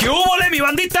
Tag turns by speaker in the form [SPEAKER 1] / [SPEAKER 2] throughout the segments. [SPEAKER 1] ¿Qué hubo, le, mi bandita?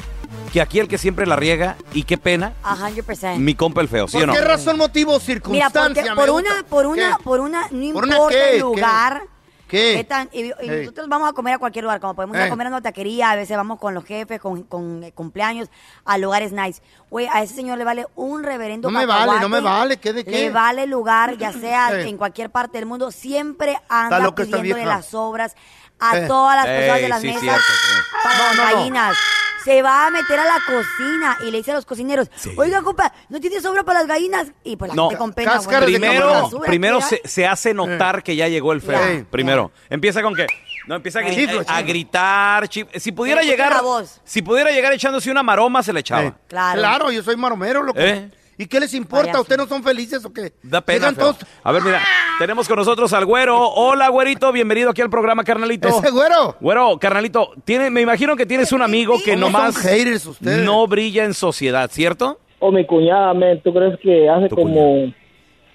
[SPEAKER 2] que aquí el que siempre la riega, y qué pena,
[SPEAKER 3] A 100%.
[SPEAKER 2] mi compa el feo, ¿sí o
[SPEAKER 4] Eh. ¿Por
[SPEAKER 2] no?
[SPEAKER 4] qué razón, motivo, circunstancia?
[SPEAKER 3] Mira,
[SPEAKER 4] me
[SPEAKER 3] porque por
[SPEAKER 4] gusta?
[SPEAKER 3] una, por una,
[SPEAKER 4] ¿Qué?
[SPEAKER 3] por una, no
[SPEAKER 4] ¿Por una
[SPEAKER 3] importa
[SPEAKER 4] qué?
[SPEAKER 3] el lugar.
[SPEAKER 4] ¿Qué?
[SPEAKER 3] qué tan- y, y
[SPEAKER 4] Ey.
[SPEAKER 3] nosotros vamos a comer a cualquier lugar, como podemos ir a
[SPEAKER 4] Ey.
[SPEAKER 3] comer a una taquería, a veces vamos con los jefes, con, con, eh, cumpleaños, a lugares nice. Güey, a ese señor le vale un reverendo
[SPEAKER 4] No me vale,
[SPEAKER 3] cacahuate,
[SPEAKER 4] no me vale, ¿qué de qué?
[SPEAKER 3] Le vale el lugar, ya sea
[SPEAKER 4] Ey.
[SPEAKER 3] en cualquier parte del mundo, siempre anda
[SPEAKER 4] loca esta
[SPEAKER 3] pidiéndole
[SPEAKER 4] vieja.
[SPEAKER 3] las obras a
[SPEAKER 4] Ey.
[SPEAKER 3] todas las personas de
[SPEAKER 2] Eh, Ey,
[SPEAKER 3] las
[SPEAKER 2] sí,
[SPEAKER 3] mesas
[SPEAKER 2] cierto, sí.
[SPEAKER 4] ¡Ah!
[SPEAKER 3] para
[SPEAKER 4] No, no, no.
[SPEAKER 3] gallinas. Se va a meter a la cocina y le dice a los cocineros, oiga, compa, ¿no tiene sobra para las gallinas? Y pues la
[SPEAKER 2] No.
[SPEAKER 3] gente con pena, güey.
[SPEAKER 4] Cáscaras de
[SPEAKER 2] Primero,
[SPEAKER 4] camarón.
[SPEAKER 3] Basura,
[SPEAKER 2] primero
[SPEAKER 3] tira.
[SPEAKER 2] se, se hace notar que ya llegó el feo.
[SPEAKER 3] Ya.
[SPEAKER 2] Primero. Empieza con que. No, empieza a, gri-
[SPEAKER 4] Chiflo,
[SPEAKER 2] a- a
[SPEAKER 4] chiflo.
[SPEAKER 2] gritar. chi- Si pudiera
[SPEAKER 3] escucha
[SPEAKER 2] llegar.
[SPEAKER 3] la voz.
[SPEAKER 2] Si pudiera llegar echándose una maroma, se la echaba.
[SPEAKER 4] Eh,
[SPEAKER 3] Claro.
[SPEAKER 4] yo soy maromero, loco.
[SPEAKER 2] Eh.
[SPEAKER 4] ¿Y qué les importa?
[SPEAKER 3] Payaso.
[SPEAKER 4] ¿Ustedes no son felices o qué?
[SPEAKER 2] Da pena.
[SPEAKER 4] Llegan
[SPEAKER 2] feo.
[SPEAKER 4] todos-
[SPEAKER 2] A ver, mira. Tenemos con nosotros al güero. Hola, güerito. Bienvenido aquí al programa, carnalito.
[SPEAKER 4] Ese güero.
[SPEAKER 2] Güero, carnalito, tiene, me imagino que tienes un amigo que
[SPEAKER 4] ¿Cómo
[SPEAKER 2] nomás
[SPEAKER 4] son haters ustedes?
[SPEAKER 2] no brilla en sociedad, ¿cierto?
[SPEAKER 5] O mi cuñada, men, ¿tú crees que hace
[SPEAKER 2] Tu
[SPEAKER 5] como...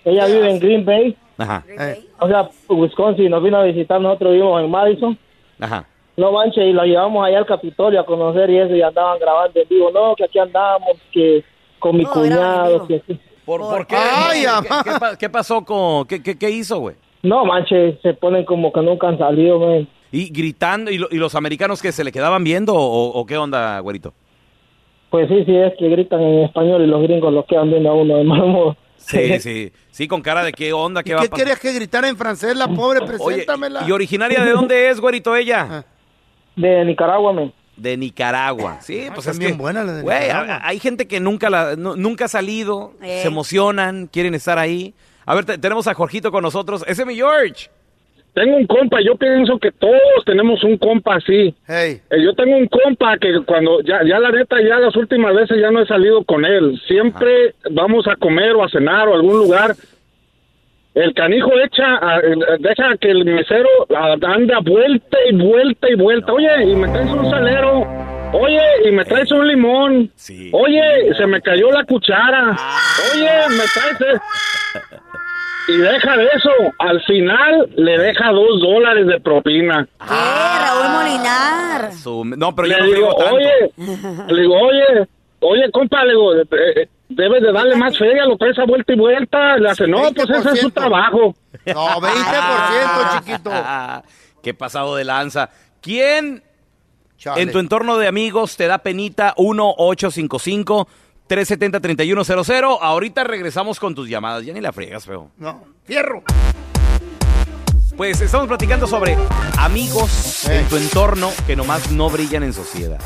[SPEAKER 5] Ella vive en
[SPEAKER 3] Ah.
[SPEAKER 5] Green Bay,
[SPEAKER 2] Ajá,
[SPEAKER 4] Eh,
[SPEAKER 5] o sea, Wisconsin, nos vino a visitar, nosotros vivimos en Madison.
[SPEAKER 2] ajá.
[SPEAKER 5] No manches, y la llevamos allá al Capitolio a conocer y eso, y andaban grabando en vivo. No, que aquí andamos, que con mi
[SPEAKER 3] No, era en vivo.
[SPEAKER 5] cuñado, que sí.
[SPEAKER 2] ¿Por, por qué?
[SPEAKER 4] Ay,
[SPEAKER 2] ¿Qué-
[SPEAKER 4] amá.
[SPEAKER 2] ¿Qué, pa- qué pasó con.? ¿Qué, qué- qué hizo, güey?
[SPEAKER 5] No manches, se ponen como que nunca han salido, men.
[SPEAKER 2] Y gritando, y, lo- y los americanos que se le quedaban viendo, o, o qué onda, güerito?
[SPEAKER 5] Pues sí, sí, es que gritan en español y los gringos los quedan viendo a uno de mal modo.
[SPEAKER 2] Sí, sí, sí, con cara de qué onda, qué
[SPEAKER 4] ¿Qué,
[SPEAKER 2] va a pasar.
[SPEAKER 4] querías que gritara en francés la pobre?
[SPEAKER 2] Oye,
[SPEAKER 4] Preséntamela.
[SPEAKER 2] ¿y originaria de dónde es, güerito, ella?
[SPEAKER 4] Ah.
[SPEAKER 5] De Eh, Nicaragua, men.
[SPEAKER 2] De Nicaragua. Sí, pues
[SPEAKER 4] están
[SPEAKER 2] es
[SPEAKER 4] bien
[SPEAKER 2] que,
[SPEAKER 4] buenas las de
[SPEAKER 2] güey,
[SPEAKER 4] Nicaragua.
[SPEAKER 2] a- a- hay gente que nunca, la, nu- nunca ha salido,
[SPEAKER 3] Eh.
[SPEAKER 2] se emocionan, quieren estar ahí. A ver, te- tenemos a Jorgito con nosotros. Ese es mi George.
[SPEAKER 6] Tengo un compa, yo pienso que todos tenemos un compa así.
[SPEAKER 4] Hey.
[SPEAKER 6] Eh, Yo tengo un compa que cuando ya, ya la neta, ya las últimas veces ya no he salido con él. Siempre vamos a comer o a cenar o a algún lugar. El canijo echa, a- el- deja que el mesero a- anda vuelta y vuelta y vuelta. Oye, y me traes un salero. Oye, y me traes un limón.
[SPEAKER 2] Sí.
[SPEAKER 6] Oye, se me cayó la cuchara. Oye, me traes... e- Y deja de eso. Al final le deja dos dólares de propina.
[SPEAKER 3] ¿Qué? Raúl Molinar.
[SPEAKER 2] Su- no, pero yo
[SPEAKER 6] le
[SPEAKER 2] no
[SPEAKER 6] digo,
[SPEAKER 2] digo tanto.
[SPEAKER 6] oye, le digo, oye, oye, compa, le digo, eh, eh, debes de darle más feria, lo traes a vuelta y vuelta. Le hace, no, pues ese es su
[SPEAKER 4] 20%.
[SPEAKER 6] trabajo.
[SPEAKER 4] No, 20%, chiquito.
[SPEAKER 2] Ah, qué pasado de lanza. ¿Quién
[SPEAKER 4] Chale.
[SPEAKER 2] En tu entorno de amigos te da penita 1-855-370-3100. Ahorita regresamos con tus llamadas. Ya ni la friegas, feo.
[SPEAKER 4] No, fierro.
[SPEAKER 2] Pues estamos platicando sobre amigos en tu entorno que nomás no brillan en sociedad.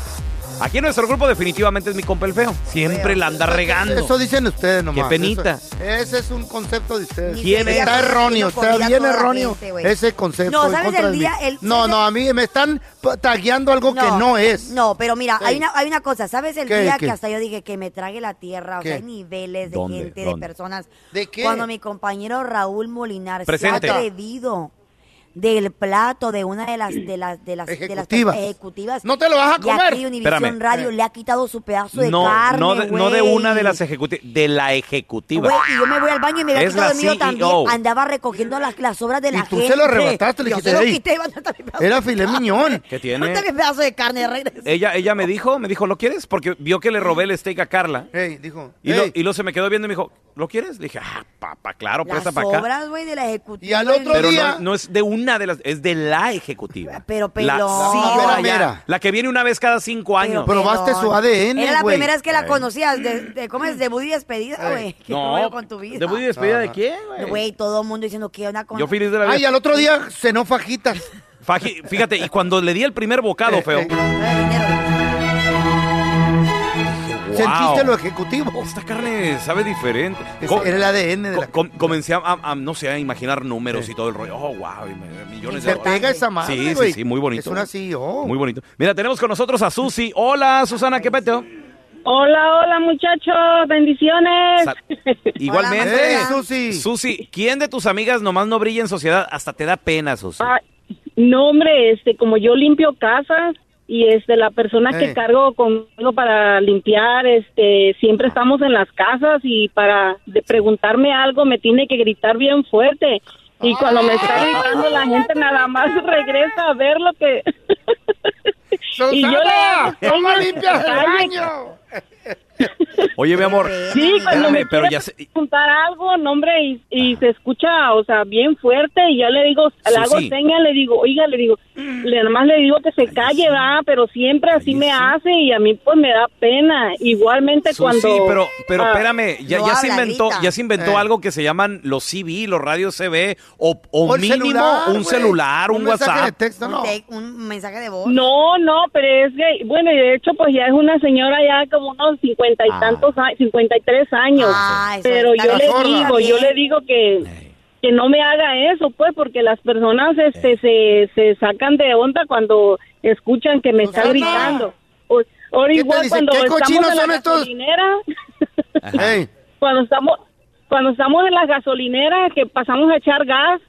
[SPEAKER 2] Aquí en nuestro grupo definitivamente es mi compa el feo. Siempre la anda regando.
[SPEAKER 4] Eso dicen ustedes nomás.
[SPEAKER 2] Qué penita.
[SPEAKER 4] Eso- ese es un concepto de ustedes.
[SPEAKER 2] ¿Quién es?
[SPEAKER 4] Está erróneo, está
[SPEAKER 3] Comida
[SPEAKER 4] bien
[SPEAKER 3] toda la
[SPEAKER 4] erróneo
[SPEAKER 3] gente, güey.
[SPEAKER 4] ese concepto.
[SPEAKER 3] No,
[SPEAKER 4] en
[SPEAKER 3] ¿sabes
[SPEAKER 4] contra
[SPEAKER 3] el
[SPEAKER 4] de mí.
[SPEAKER 3] día? El-
[SPEAKER 4] No, no, a mí me están p- tagueando algo que no es.
[SPEAKER 3] No, pero mira,
[SPEAKER 4] Sí.
[SPEAKER 3] hay, una, hay una cosa. ¿Sabes el
[SPEAKER 4] ¿Qué,
[SPEAKER 3] día
[SPEAKER 4] qué?
[SPEAKER 3] que hasta yo dije que me trague la tierra? O
[SPEAKER 4] ¿Qué?
[SPEAKER 3] sea, hay niveles de
[SPEAKER 2] ¿Dónde?
[SPEAKER 3] gente,
[SPEAKER 2] ¿Dónde?
[SPEAKER 3] de personas.
[SPEAKER 4] ¿De qué?
[SPEAKER 3] Cuando mi compañero Raúl Molinar
[SPEAKER 2] Presente.
[SPEAKER 3] se ha atrevido del plato de una de las de las de las de
[SPEAKER 4] Ejecutivas.
[SPEAKER 3] las ejecutivas
[SPEAKER 4] No te lo vas a
[SPEAKER 3] y
[SPEAKER 4] comer.
[SPEAKER 3] aquí Univisión
[SPEAKER 2] Espérame.
[SPEAKER 3] Radio le ha quitado su pedazo de
[SPEAKER 2] no,
[SPEAKER 3] carne
[SPEAKER 2] no, de, no de
[SPEAKER 3] güey.
[SPEAKER 2] una de las ejecutivas, de la ejecutiva.
[SPEAKER 3] Güey, y yo me voy al baño y me había
[SPEAKER 2] Es la E
[SPEAKER 3] quitado el mío también.
[SPEAKER 2] CEO.
[SPEAKER 3] Andaba recogiendo las, las obras de
[SPEAKER 4] Y
[SPEAKER 3] la
[SPEAKER 4] tú
[SPEAKER 3] gente.
[SPEAKER 4] se lo arrebataste, le
[SPEAKER 3] Yo
[SPEAKER 4] dijiste,
[SPEAKER 3] se lo
[SPEAKER 4] "Ey,
[SPEAKER 3] quité, levanta mi pedazo
[SPEAKER 4] Era
[SPEAKER 3] de
[SPEAKER 4] filé
[SPEAKER 3] carne".
[SPEAKER 4] miñón.
[SPEAKER 2] ¿Qué tiene?
[SPEAKER 3] Levanta mi pedazo de carne de regreso.
[SPEAKER 2] Ella, ella me dijo, me dijo, ¿lo quieres? Porque vio que le robé el steak a Carla.
[SPEAKER 4] Ey, dijo.
[SPEAKER 2] Y, lo,
[SPEAKER 4] ey.
[SPEAKER 2] y luego se me quedó viendo y me dijo, ¿lo quieres? Le dije, ah, papá, claro,
[SPEAKER 3] Las
[SPEAKER 2] presta para acá.
[SPEAKER 3] obras, güey, de la ejecutiva.
[SPEAKER 4] Y al otro
[SPEAKER 2] Pero
[SPEAKER 4] día-
[SPEAKER 2] no, no es de una de las, es de la ejecutiva.
[SPEAKER 3] Pero,
[SPEAKER 2] la,
[SPEAKER 3] pelón.
[SPEAKER 2] CEO
[SPEAKER 4] La
[SPEAKER 2] allá,
[SPEAKER 4] mera.
[SPEAKER 2] la que viene una vez cada cinco años.
[SPEAKER 4] pero- probaste
[SPEAKER 3] Pelón.
[SPEAKER 4] su ADN,
[SPEAKER 3] Era la
[SPEAKER 4] güey. Mm.
[SPEAKER 3] primera vez que la conocías. De, de, ¿Cómo es? Debut y despedida, güey. ¿Qué rollo con tu vida?
[SPEAKER 2] ¿De muy despedida
[SPEAKER 4] No,
[SPEAKER 2] de
[SPEAKER 4] no.
[SPEAKER 2] quién, güey?
[SPEAKER 3] Güey, todo el mundo diciendo que una con...
[SPEAKER 2] Yo feliz de la vida.
[SPEAKER 4] Ay, al otro día cenó fajitas.
[SPEAKER 2] Faji- fíjate, y cuando le di el primer bocado, feo.
[SPEAKER 4] eh.
[SPEAKER 3] Ay, dinero.
[SPEAKER 2] wow.
[SPEAKER 4] Sentiste lo ejecutivo.
[SPEAKER 2] Esta carne sabe diferente.
[SPEAKER 4] Es-
[SPEAKER 2] Co-
[SPEAKER 4] Era el ADN de la
[SPEAKER 2] co- com- comencé a, a- a, no sé, a imaginar números y todo el rollo. Oh, wow, millones de
[SPEAKER 4] Se
[SPEAKER 2] dólares.
[SPEAKER 4] pega esa madre,
[SPEAKER 2] Sí, sí,
[SPEAKER 4] güey.
[SPEAKER 2] sí, muy bonito.
[SPEAKER 4] Es una CEO.
[SPEAKER 2] Muy bonito. Mira, tenemos con nosotros a Susi. Hola, Susana, ¿qué peteo?
[SPEAKER 7] Hola, hola muchachos, bendiciones.
[SPEAKER 2] Sa- Igualmente.
[SPEAKER 4] Ey, Susi.
[SPEAKER 2] Susi, ¿quién de tus amigas nomás no brilla en sociedad? Hasta te da pena, Susi.
[SPEAKER 7] Ay, no, hombre, este, como yo limpio casas y este, la persona
[SPEAKER 4] Eh.
[SPEAKER 7] que cargo conmigo para limpiar, este,
[SPEAKER 4] Ah.
[SPEAKER 7] siempre estamos en las casas y para de preguntarme algo me tiene que gritar bien fuerte. Y cuando me está
[SPEAKER 4] Ah.
[SPEAKER 7] gritando la gente nada más regresa a ver lo que... Y yo
[SPEAKER 4] ¡Susana!
[SPEAKER 7] le-
[SPEAKER 4] ¡Toma limpias el
[SPEAKER 7] Ay, me-
[SPEAKER 4] baño!
[SPEAKER 2] Oye, mi amor.
[SPEAKER 7] Sí, cuando
[SPEAKER 2] Espérame,
[SPEAKER 7] me
[SPEAKER 2] pero
[SPEAKER 7] pero
[SPEAKER 2] ya sé-
[SPEAKER 7] preguntar algo, no, hombre, y, y se escucha, o sea, bien fuerte, y yo le digo, le hago
[SPEAKER 2] Susi.
[SPEAKER 7] seña, le digo, oiga, le digo, le, nada más le digo que se calle, va, pero siempre así me hace, y a mí pues me da pena, igualmente
[SPEAKER 2] Susi,
[SPEAKER 7] cuando...
[SPEAKER 2] pero, pero
[SPEAKER 7] ah,
[SPEAKER 2] espérame, ya,
[SPEAKER 3] No
[SPEAKER 2] ya se
[SPEAKER 3] habla,
[SPEAKER 2] inventó,
[SPEAKER 3] grita.
[SPEAKER 2] ya se inventó
[SPEAKER 4] Eh.
[SPEAKER 2] algo que se llaman los CB, los radios CB, o, o
[SPEAKER 4] O el
[SPEAKER 2] mínimo
[SPEAKER 4] celular,
[SPEAKER 2] un
[SPEAKER 4] güey.
[SPEAKER 2] celular, un,
[SPEAKER 4] mensaje de
[SPEAKER 2] WhatsApp.
[SPEAKER 4] texto, no.
[SPEAKER 3] Un, te- un mensaje de voz.
[SPEAKER 7] No, no, pero es que, bueno, y de hecho, pues ya es una señora ya como unos cincuenta y
[SPEAKER 2] Ah.
[SPEAKER 7] tantos, a- cincuenta y tres años.
[SPEAKER 3] Ah, eso
[SPEAKER 7] pero
[SPEAKER 3] está
[SPEAKER 7] yo le
[SPEAKER 3] sorda.
[SPEAKER 7] digo, yo le digo que,
[SPEAKER 2] Eh.
[SPEAKER 7] que no me haga eso, pues, porque las personas este, se, se sacan de onda cuando escuchan que me está
[SPEAKER 4] Susana.
[SPEAKER 7] gritando. O- Ahora
[SPEAKER 4] Pues, ¿Qué te
[SPEAKER 7] igual
[SPEAKER 4] dice?
[SPEAKER 7] cuando
[SPEAKER 4] ¿Qué
[SPEAKER 7] estamos
[SPEAKER 4] cochinos
[SPEAKER 7] en la
[SPEAKER 4] son estos?
[SPEAKER 7] gasolinera,
[SPEAKER 4] Ey,
[SPEAKER 7] cuando estamos cuando estamos en la gasolinera que pasamos a echar gas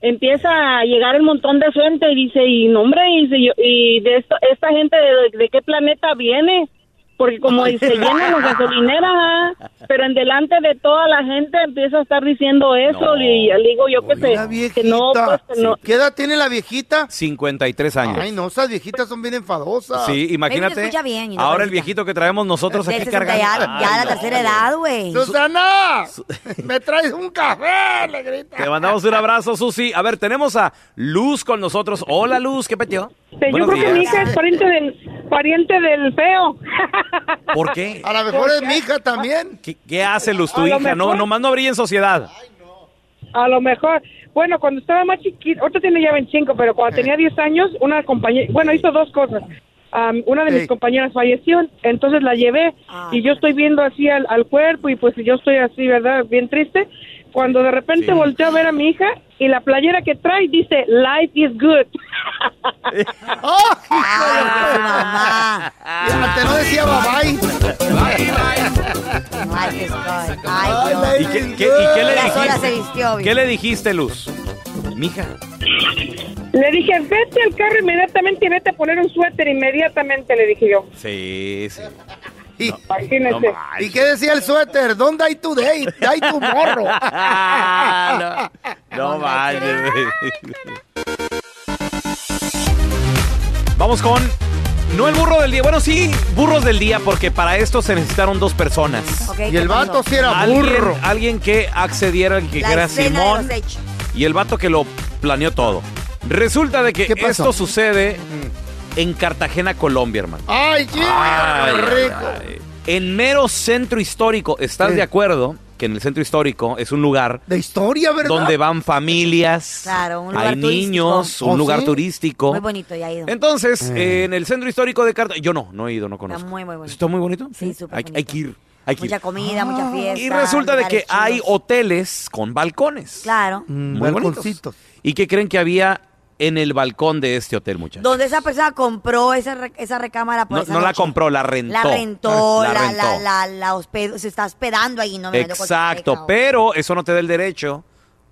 [SPEAKER 7] empieza a llegar el montón de gente y dice y no hombre y, dice, yo- y de esto esta gente de, de qué planeta viene porque como dice llenan las gasolineras ah, pero en delante de toda la gente empieza a estar diciendo eso
[SPEAKER 2] No.
[SPEAKER 7] y le digo yo que,
[SPEAKER 4] la
[SPEAKER 7] te,
[SPEAKER 4] viejita.
[SPEAKER 7] que no pues, que no
[SPEAKER 4] ¿Qué edad tiene la viejita?
[SPEAKER 2] 53 años.
[SPEAKER 4] Ay, no, esas viejitas son bien enfadosas.
[SPEAKER 2] Sí,
[SPEAKER 3] Maybe
[SPEAKER 2] imagínate.
[SPEAKER 3] se escucha bien y no
[SPEAKER 2] ahora el
[SPEAKER 3] grita.
[SPEAKER 2] viejito que traemos nosotros
[SPEAKER 3] Del
[SPEAKER 2] aquí
[SPEAKER 3] 60
[SPEAKER 2] cargando.
[SPEAKER 3] ya,
[SPEAKER 2] Ay,
[SPEAKER 3] ya a la
[SPEAKER 2] no,
[SPEAKER 3] tercera
[SPEAKER 2] güey.
[SPEAKER 3] edad, güey.
[SPEAKER 4] ¡Susana! ¡Me traes un café! Le grita.
[SPEAKER 2] Te mandamos un abrazo, Susi. A ver, tenemos a Luz con nosotros. Hola, Luz, ¿qué peteo? Buenos días.
[SPEAKER 7] es pariente del pariente del feo
[SPEAKER 2] ¿Por qué?
[SPEAKER 4] A lo mejor es mi hija también.
[SPEAKER 2] ¿Qué, qué hace Luz, tu
[SPEAKER 7] A lo
[SPEAKER 2] hija? No,
[SPEAKER 7] mejor-
[SPEAKER 2] nomás no brilla en sociedad.
[SPEAKER 7] A lo mejor. Bueno, cuando estaba más chiquita, ahorita tiene ya 25, pero cuando tenía 10 años, una compañera, bueno, hizo dos cosas. Am, una de
[SPEAKER 4] Sí.
[SPEAKER 7] mis compañeras falleció, entonces la llevé
[SPEAKER 3] Ay,
[SPEAKER 7] y yo estoy viendo así al, al cuerpo y pues yo estoy así, ¿verdad? Bien triste. Cuando de repente volteo a ver a mi hija y la playera que trae dice, Life is good.
[SPEAKER 3] Ay, Ah, mamá. Ah,
[SPEAKER 4] Y antes no decía bye bye.
[SPEAKER 3] Ay, qué escoy. Ay, Dios.
[SPEAKER 2] ¿Y qué, qué- y qué le
[SPEAKER 3] Ya sola se
[SPEAKER 2] dijiste?
[SPEAKER 3] vistió,
[SPEAKER 2] ¿Qué
[SPEAKER 3] bien.
[SPEAKER 2] le dijiste, Luz? Mija.
[SPEAKER 7] Le dije, vete al carro inmediatamente y vete a poner un suéter inmediatamente, le dije yo.
[SPEAKER 2] Sí, sí.
[SPEAKER 4] Y,
[SPEAKER 2] No
[SPEAKER 7] Imagínense.
[SPEAKER 4] ¿y
[SPEAKER 2] manches.
[SPEAKER 4] qué decía el suéter? ¿Dónde hay tu date? ¿Hay tu morro?
[SPEAKER 2] Ah, no no manches, güey. Vamos con. No el burro del día. Bueno, sí, burros del día, porque para esto se necesitaron dos personas.
[SPEAKER 3] Ok,
[SPEAKER 4] Y
[SPEAKER 3] ¿qué
[SPEAKER 4] el
[SPEAKER 3] pasó?
[SPEAKER 4] vato sí era
[SPEAKER 2] Alguien,
[SPEAKER 4] burro.
[SPEAKER 2] alguien que accediera, al que
[SPEAKER 3] La
[SPEAKER 2] era
[SPEAKER 3] escena de
[SPEAKER 2] Simón.
[SPEAKER 3] los hechos.
[SPEAKER 2] y el vato que lo planeó todo. Resulta de que
[SPEAKER 4] ¿Qué pasó? Mm.
[SPEAKER 2] esto sucede en Cartagena, Colombia, hermano.
[SPEAKER 4] ¡Ay, qué
[SPEAKER 2] Ay,
[SPEAKER 4] rico!
[SPEAKER 2] ay, ay. En mero centro histórico, ¿estás
[SPEAKER 4] Sí.
[SPEAKER 2] de acuerdo? que en el centro histórico es un lugar
[SPEAKER 4] De historia, ¿verdad?
[SPEAKER 2] donde van familias,
[SPEAKER 3] Claro, un lugar
[SPEAKER 2] hay niños,
[SPEAKER 3] turístico.
[SPEAKER 2] un
[SPEAKER 3] ¿Oh,
[SPEAKER 2] lugar
[SPEAKER 3] sí?
[SPEAKER 2] turístico.
[SPEAKER 3] Muy bonito, ya he ido.
[SPEAKER 2] Entonces, eh, en el centro histórico de Cartagena, yo no, no he ido, no
[SPEAKER 3] Está
[SPEAKER 2] conozco.
[SPEAKER 3] muy, muy bonito.
[SPEAKER 2] ¿Está muy bonito?
[SPEAKER 3] Sí, súper
[SPEAKER 2] Hay,
[SPEAKER 3] bonito.
[SPEAKER 2] hay que ir, hay que ir.
[SPEAKER 3] Mucha comida,
[SPEAKER 4] Ah.
[SPEAKER 3] mucha fiesta.
[SPEAKER 2] Y resulta de que
[SPEAKER 3] lugares
[SPEAKER 2] hay
[SPEAKER 3] chidos.
[SPEAKER 2] hoteles con balcones.
[SPEAKER 3] Claro.
[SPEAKER 4] Mm,
[SPEAKER 2] Muy bonitos. ¿Y qué creen que había en el balcón de este hotel, muchachos?
[SPEAKER 3] Donde esa persona compró esa, re- esa recámara por
[SPEAKER 2] No,
[SPEAKER 3] pues, esa
[SPEAKER 2] no la
[SPEAKER 3] noche.
[SPEAKER 2] compró, la rentó.
[SPEAKER 3] La rentó, la, la,
[SPEAKER 2] rentó.
[SPEAKER 3] la- la hospedó, se está hospedando ahí, ¿no? Me mandó con
[SPEAKER 2] Exacto,
[SPEAKER 3] Azteca o-
[SPEAKER 2] pero eso no te da el derecho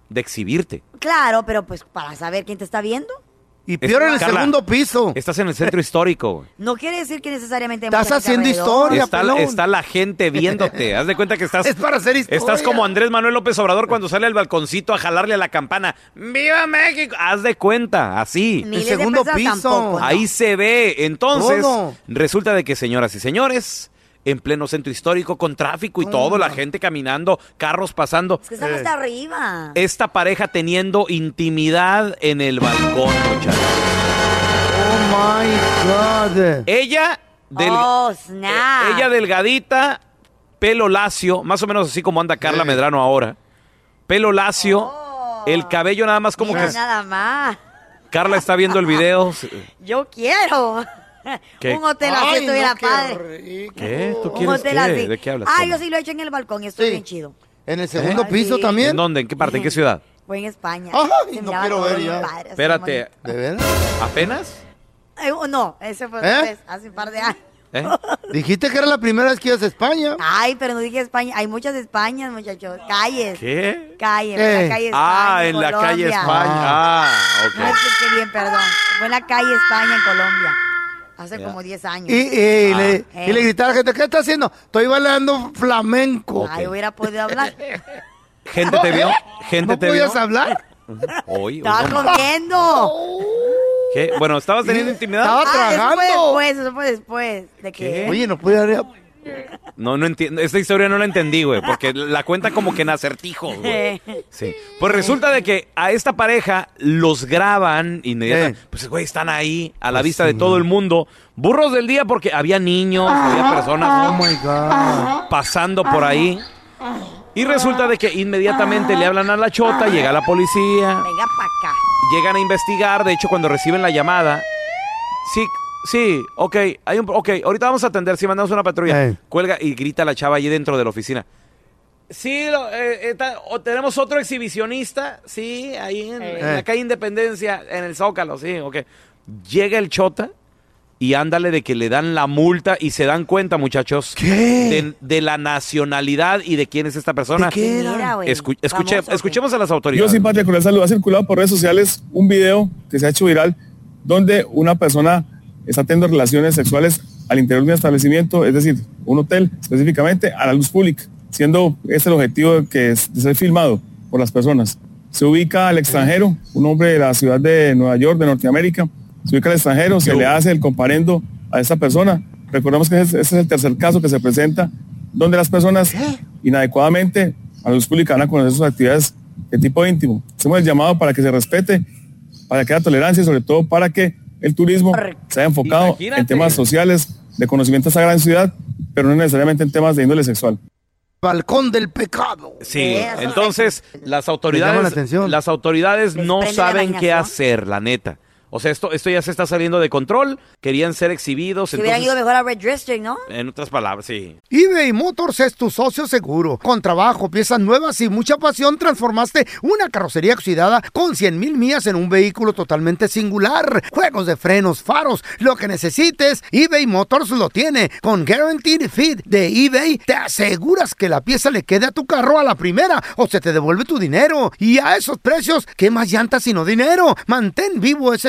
[SPEAKER 2] de exhibirte.
[SPEAKER 3] Claro, pero pues para saber quién te está viendo,
[SPEAKER 4] Y
[SPEAKER 2] peor en el segundo
[SPEAKER 4] piso.
[SPEAKER 2] Estás en el centro histórico. güey.
[SPEAKER 3] no quiere decir que necesariamente... hay
[SPEAKER 4] Estás
[SPEAKER 3] mucha gente
[SPEAKER 4] haciendo
[SPEAKER 3] alrededor.
[SPEAKER 4] historia.
[SPEAKER 2] Está,
[SPEAKER 4] pelón.
[SPEAKER 2] está la gente viéndote. Haz de cuenta que estás.
[SPEAKER 4] Es para hacer historia.
[SPEAKER 2] Estás como Andrés Manuel López Obrador cuando sale al balconcito a jalarle a la campana. ¡Viva México! Haz de cuenta, así.
[SPEAKER 3] Miles
[SPEAKER 4] el segundo
[SPEAKER 3] de personas
[SPEAKER 4] piso.
[SPEAKER 3] tampoco, ¿no?
[SPEAKER 2] Ahí se ve. Entonces,
[SPEAKER 4] Todo.
[SPEAKER 2] resulta de que, señoras y señores, en pleno centro histórico, con tráfico y todo, la gente caminando, carros pasando.
[SPEAKER 3] Es que estamos
[SPEAKER 4] Eh.
[SPEAKER 3] hasta arriba.
[SPEAKER 2] Esta pareja teniendo intimidad en el balcón, muchachos.
[SPEAKER 4] Oh my God.
[SPEAKER 2] Ella, del, eh,
[SPEAKER 3] oh, snap.
[SPEAKER 2] ella delgadita, pelo lacio, más o menos así como anda Carla Medrano ahora. Pelo lacio, el cabello nada más como
[SPEAKER 3] Oh. Mira
[SPEAKER 2] que
[SPEAKER 3] nada más.
[SPEAKER 2] Carla está viendo el video.
[SPEAKER 3] Yo quiero.
[SPEAKER 2] ¿Qué?
[SPEAKER 3] Un hotel así
[SPEAKER 4] Ay,
[SPEAKER 3] estuviera
[SPEAKER 4] no, qué
[SPEAKER 3] padre.
[SPEAKER 4] rico.
[SPEAKER 2] ¿Qué? ¿Tú
[SPEAKER 3] Un
[SPEAKER 2] quieres
[SPEAKER 3] hotel
[SPEAKER 2] qué?
[SPEAKER 3] así.
[SPEAKER 2] ¿De qué hablas?
[SPEAKER 3] Ah,
[SPEAKER 2] Toma.
[SPEAKER 3] yo sí lo he hecho en el balcón y estoy
[SPEAKER 4] Sí.
[SPEAKER 3] bien chido.
[SPEAKER 4] En el segundo
[SPEAKER 3] ¿Eh?
[SPEAKER 4] piso
[SPEAKER 3] Sí.
[SPEAKER 4] también.
[SPEAKER 2] ¿En dónde? ¿En qué parte? ¿En qué ciudad?
[SPEAKER 3] Fue en España.
[SPEAKER 4] Ay, no
[SPEAKER 3] Se miraba
[SPEAKER 4] quiero
[SPEAKER 3] todo
[SPEAKER 4] ver
[SPEAKER 3] bien
[SPEAKER 4] ya.
[SPEAKER 3] padre, así
[SPEAKER 2] Espérate,
[SPEAKER 4] ¿De veras?
[SPEAKER 2] ¿apenas?
[SPEAKER 3] bonito. Eh, no, ese fue
[SPEAKER 4] ¿Eh?
[SPEAKER 3] después, hace un par de años.
[SPEAKER 2] ¿Eh? Ah.
[SPEAKER 4] Dijiste que era la primera vez que ibas a España.
[SPEAKER 3] Ay, pero no dije España. Hay muchas Españas, muchachos. Calles.
[SPEAKER 2] ¿Qué?
[SPEAKER 3] Calles.
[SPEAKER 4] ¿Qué?
[SPEAKER 3] en La calle España,
[SPEAKER 2] Ah, en la
[SPEAKER 3] Colombia.
[SPEAKER 2] calle España. Ah,
[SPEAKER 3] No
[SPEAKER 2] ok.
[SPEAKER 3] expliqué bien, perdón. Fue en la calle España, en Colombia. Hace como 10 años.
[SPEAKER 4] Y, y le,
[SPEAKER 3] Ah.
[SPEAKER 4] y le gritaba a la gente, ¿qué está haciendo? Estoy bailando flamenco.
[SPEAKER 3] Ay, hubiera podido hablar.
[SPEAKER 2] ¿Gente te vio? ¿Gente
[SPEAKER 4] ¿No
[SPEAKER 2] te vio?
[SPEAKER 4] podías hablar?
[SPEAKER 2] Hoy,
[SPEAKER 3] Estaba
[SPEAKER 2] hoy,
[SPEAKER 3] comiendo.
[SPEAKER 2] ¿Qué? Bueno, ¿estabas teniendo intimidad?
[SPEAKER 4] Estaba
[SPEAKER 3] Ah,
[SPEAKER 4] tragando.
[SPEAKER 3] eso fue después, eso fue después. ¿De que
[SPEAKER 4] Oye, no podía hablar.
[SPEAKER 2] No, no entiendo. Esta historia no la entendí, güey, porque la cuenta como que en acertijos, güey. Sí. Pues resulta de que a esta pareja los graban inmediatamente.
[SPEAKER 4] Eh.
[SPEAKER 2] Pues, güey, están ahí a la vista de todo el mundo. Burros del día porque había niños, había
[SPEAKER 4] Oh
[SPEAKER 2] personas
[SPEAKER 4] my God.
[SPEAKER 2] pasando por ahí. Y resulta de que inmediatamente le hablan a la chota, llega la policía,
[SPEAKER 3] Venga para acá.
[SPEAKER 2] llegan a investigar. De hecho, cuando reciben la llamada, sí, sí, ok, hay un, ok, ahorita vamos a atender, sí, mandamos una patrulla.
[SPEAKER 4] Ey.
[SPEAKER 2] Cuelga y grita la chava allí dentro de la oficina. Sí, lo- eh, eh, ta- o tenemos otro exhibicionista, sí, ahí en, en la
[SPEAKER 4] Ey.
[SPEAKER 2] calle Independencia, en el Zócalo, sí, ok. Llega el Chota y ándale de que le dan la multa y se dan cuenta, muchachos, de,
[SPEAKER 4] ¿Qué?
[SPEAKER 2] de la nacionalidad y de quién es esta persona.
[SPEAKER 4] qué era?
[SPEAKER 3] Mira, güey.
[SPEAKER 2] Escu- escuche-
[SPEAKER 3] Famoso, güey.
[SPEAKER 2] escuchemos a las
[SPEAKER 8] Yo
[SPEAKER 2] autoridades.
[SPEAKER 8] sin patria con salud ha circulado por redes sociales un video que se ha hecho viral donde una persona está teniendo relaciones sexuales al interior de un establecimiento, es decir, un hotel específicamente, a la luz pública, siendo ese el objetivo que es de ser filmado por las personas. Se ubica al extranjero, un hombre de la ciudad de Nueva York, de Norteamérica, se ubica al extranjero, se le hace el comparendo a esta persona. Recordemos que ese, ese es el tercer caso que se presenta donde las personas inadecuadamente a la luz pública van a conocer sus actividades de tipo íntimo. Hacemos el llamado para que se respete, para que haya tolerancia y sobre todo para que el turismo sea enfocado
[SPEAKER 2] Imagínate.
[SPEAKER 8] en temas sociales, de conocimiento de esta gran ciudad, pero no necesariamente en temas de índole sexual.
[SPEAKER 4] Balcón del pecado.
[SPEAKER 2] Sí,
[SPEAKER 3] Eso.
[SPEAKER 2] entonces las
[SPEAKER 4] Me llama
[SPEAKER 2] autoridades,
[SPEAKER 4] la atención.
[SPEAKER 2] las autoridades
[SPEAKER 3] Les
[SPEAKER 2] no
[SPEAKER 3] prende la
[SPEAKER 2] saben qué
[SPEAKER 3] imaginación.
[SPEAKER 2] hacer, la neta. O sea, esto, esto ya se está saliendo de control. Querían ser exhibidos.
[SPEAKER 3] Se hubieran ido
[SPEAKER 2] entonces,
[SPEAKER 3] mejor a Red District, ¿no?
[SPEAKER 2] en otras palabras, sí.
[SPEAKER 4] eBay Motors es tu socio seguro. Con trabajo, piezas nuevas y mucha pasión, transformaste una carrocería oxidada con 100 mil millas en un vehículo totalmente singular. Juegos de frenos, faros, lo que necesites, eBay Motors lo tiene. Con Guaranteed Fit de eBay, te aseguras que la pieza le quede a tu carro a la primera o se te devuelve tu dinero. Y a esos precios, ¿qué más llantas sino dinero? Mantén vivo ese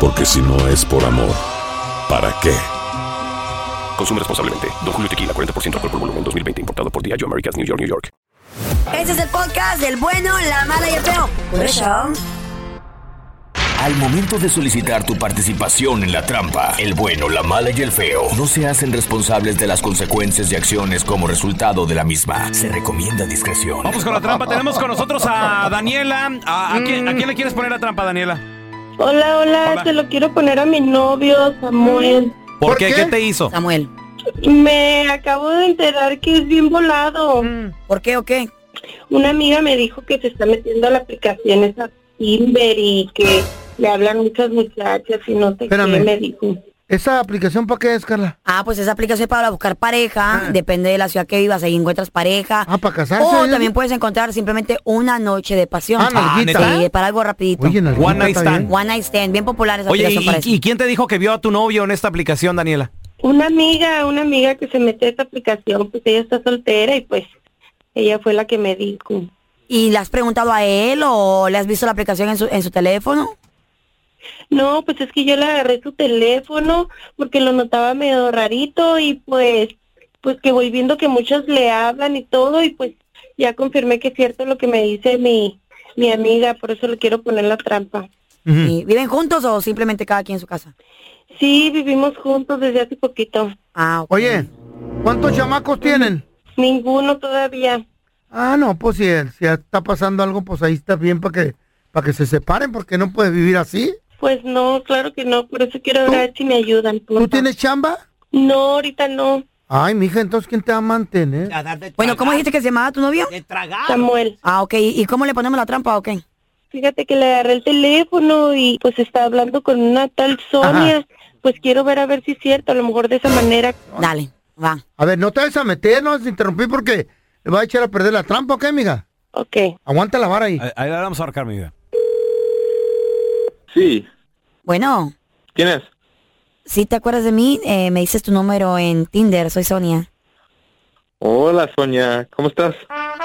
[SPEAKER 9] Porque si no es por amor, ¿para qué?
[SPEAKER 10] Consume responsablemente. Don Julio Tequila, 40% alcohol por volumen, 2020. Importado por Diageo Americas, New York, New York.
[SPEAKER 3] Este es el podcast del bueno, la mala y el feo. Por eso.
[SPEAKER 11] Al momento de solicitar tu participación en la trampa, el bueno, la mala y el feo no se hacen responsables de las consecuencias y acciones como resultado de la misma. Se recomienda discreción.
[SPEAKER 2] Vamos con la trampa. Tenemos con nosotros a Daniela. ¿A, a quién, a quién le quieres poner la trampa, Daniela?
[SPEAKER 12] Hola, hola,
[SPEAKER 2] Hola.
[SPEAKER 12] te lo quiero poner a mi novio, Samuel.
[SPEAKER 2] ¿Por, qué? qué? te hizo?
[SPEAKER 3] Samuel.
[SPEAKER 12] Me acabo de enterar que es bien volado.
[SPEAKER 3] Mm, ¿Por qué o qué?
[SPEAKER 12] Una amiga me dijo que se está metiendo a la aplicación esa Timber y que le hablan muchas muchachas y no te
[SPEAKER 4] Espérame.
[SPEAKER 12] qué me dijo.
[SPEAKER 4] ¿Esa aplicación para qué es, Carla?
[SPEAKER 3] Ah, pues esa aplicación es para buscar pareja, depende de la ciudad que vivas, ahí encuentras pareja. Ah,
[SPEAKER 4] para casarse.
[SPEAKER 3] O
[SPEAKER 4] ¿eh?
[SPEAKER 3] también puedes encontrar simplemente una noche de pasión.
[SPEAKER 4] Ah, nalguita.
[SPEAKER 3] Sí, para algo rapidito.
[SPEAKER 2] Oye, nalguita One night está stand. bien.
[SPEAKER 3] One night stand, bien popular esa
[SPEAKER 2] Oye,
[SPEAKER 3] aplicación
[SPEAKER 2] ¿y,
[SPEAKER 3] para eso.
[SPEAKER 2] y quién te dijo que vio a tu novio en esta aplicación, Daniela?
[SPEAKER 12] Una amiga, una amiga que se mete a esa aplicación, pues ella está soltera y pues ella fue la que me dijo.
[SPEAKER 3] ¿Y le has preguntado a él o le has visto la aplicación en su, en su teléfono?
[SPEAKER 12] No, pues es que yo le agarré su teléfono porque lo notaba medio rarito y pues, pues que voy viendo que muchos le hablan y todo y pues ya confirmé que es cierto lo que me dice mi, mi amiga, por eso le quiero poner la trampa.
[SPEAKER 3] ¿Y ¿Viven juntos o simplemente cada quien en su casa?
[SPEAKER 12] Sí, vivimos juntos desde hace poquito.
[SPEAKER 3] Ah,
[SPEAKER 4] Oye, ¿cuántos chamacos tienen?
[SPEAKER 12] Ninguno todavía.
[SPEAKER 4] Ah, no, pues si, si está pasando algo, pues ahí está bien para que, para que se separen, porque no puedes vivir así.
[SPEAKER 12] Pues no, claro que no, por eso quiero ver si me ayudan. ¿Tú
[SPEAKER 4] tienes chamba?
[SPEAKER 12] No, ahorita no.
[SPEAKER 4] Ay, mija, entonces ¿quién te va a mantener?
[SPEAKER 3] Bueno, ¿cómo dijiste que se llamaba tu novio?
[SPEAKER 12] Samuel.
[SPEAKER 3] Ah, ok. ¿Y cómo le ponemos la trampa o qué?
[SPEAKER 12] Fíjate que le agarré el teléfono y pues está hablando con una tal Sonia. Pues quiero ver a ver si es cierto, a lo mejor de esa manera.
[SPEAKER 3] Dale, va.
[SPEAKER 4] A ver, no te vayas a meter, no vas a interrumpir porque le va a echar a perder la trampa, ¿ok, mija?
[SPEAKER 12] Ok.
[SPEAKER 4] Aguanta la vara ahí.
[SPEAKER 2] Ahí, ahí la vamos a ahorcar, mi vida.
[SPEAKER 13] Sí,
[SPEAKER 3] Bueno,
[SPEAKER 13] ¿quién es?
[SPEAKER 3] si te acuerdas de mí, Eh, me dices tu número en Tinder, soy Sonia.
[SPEAKER 13] Hola, Sonia, ¿cómo estás?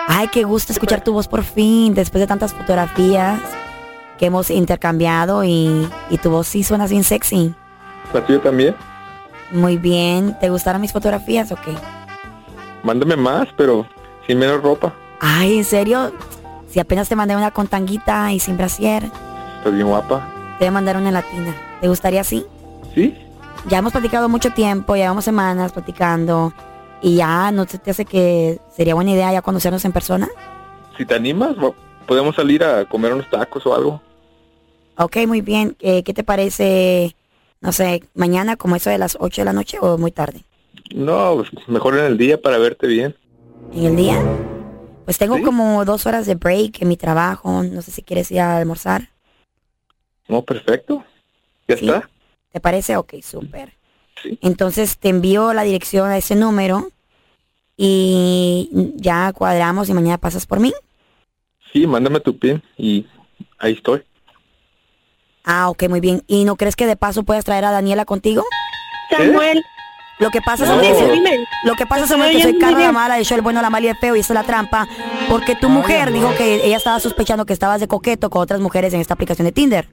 [SPEAKER 3] Ay, qué gusto escuchar tu voz por fin, después de tantas fotografías que hemos intercambiado y, y tu voz sí suena bien sexy.
[SPEAKER 13] ¿La tuya también?
[SPEAKER 3] Muy bien, ¿te gustaron mis fotografías o qué?
[SPEAKER 13] Mándame más, pero sin menos ropa.
[SPEAKER 3] Ay, ¿en serio? Si apenas te mandé una con tanguita y sin brasier,
[SPEAKER 13] Estás bien guapa.
[SPEAKER 3] te voy a mandar una latina. ¿Te gustaría así?
[SPEAKER 13] ¿Sí?
[SPEAKER 3] Ya hemos platicado mucho tiempo, llevamos semanas platicando y ya no se te hace que sería buena idea ya conocernos en persona.
[SPEAKER 13] Si te animas, va- podemos salir a comer unos tacos o algo.
[SPEAKER 3] Ok, muy bien. Eh, ¿Qué te parece, no sé, mañana como eso de las 8 de la noche o muy tarde?
[SPEAKER 13] No, pues, mejor en el día para verte bien.
[SPEAKER 3] ¿En el día? Pues tengo como dos horas de break en mi trabajo. No sé si quieres ir a almorzar.
[SPEAKER 13] No, perfecto. ¿Ya está?
[SPEAKER 3] ¿Te parece? Ok, súper. Entonces te envío la dirección a ese número y ya cuadramos y mañana pasas por mí.
[SPEAKER 13] Sí, mándame tu pin y ahí estoy.
[SPEAKER 3] Ah, ok, muy bien. ¿Y no crees que de paso puedas traer a Daniela contigo?
[SPEAKER 12] Samuel.
[SPEAKER 3] Lo que pasa
[SPEAKER 12] No,
[SPEAKER 3] es que,
[SPEAKER 12] dime.
[SPEAKER 3] lo que pasa
[SPEAKER 12] Te
[SPEAKER 3] Samuel,
[SPEAKER 12] estoy
[SPEAKER 3] que soy
[SPEAKER 12] oyendo muy
[SPEAKER 3] Carla la
[SPEAKER 12] bien.
[SPEAKER 3] mala, yo el bueno, la mala y el feo, y esa es la trampa, porque
[SPEAKER 2] Ah,
[SPEAKER 3] tu mujer dijo que ella estaba sospechando que estabas de coqueto con otras mujeres en esta aplicación de Tinder.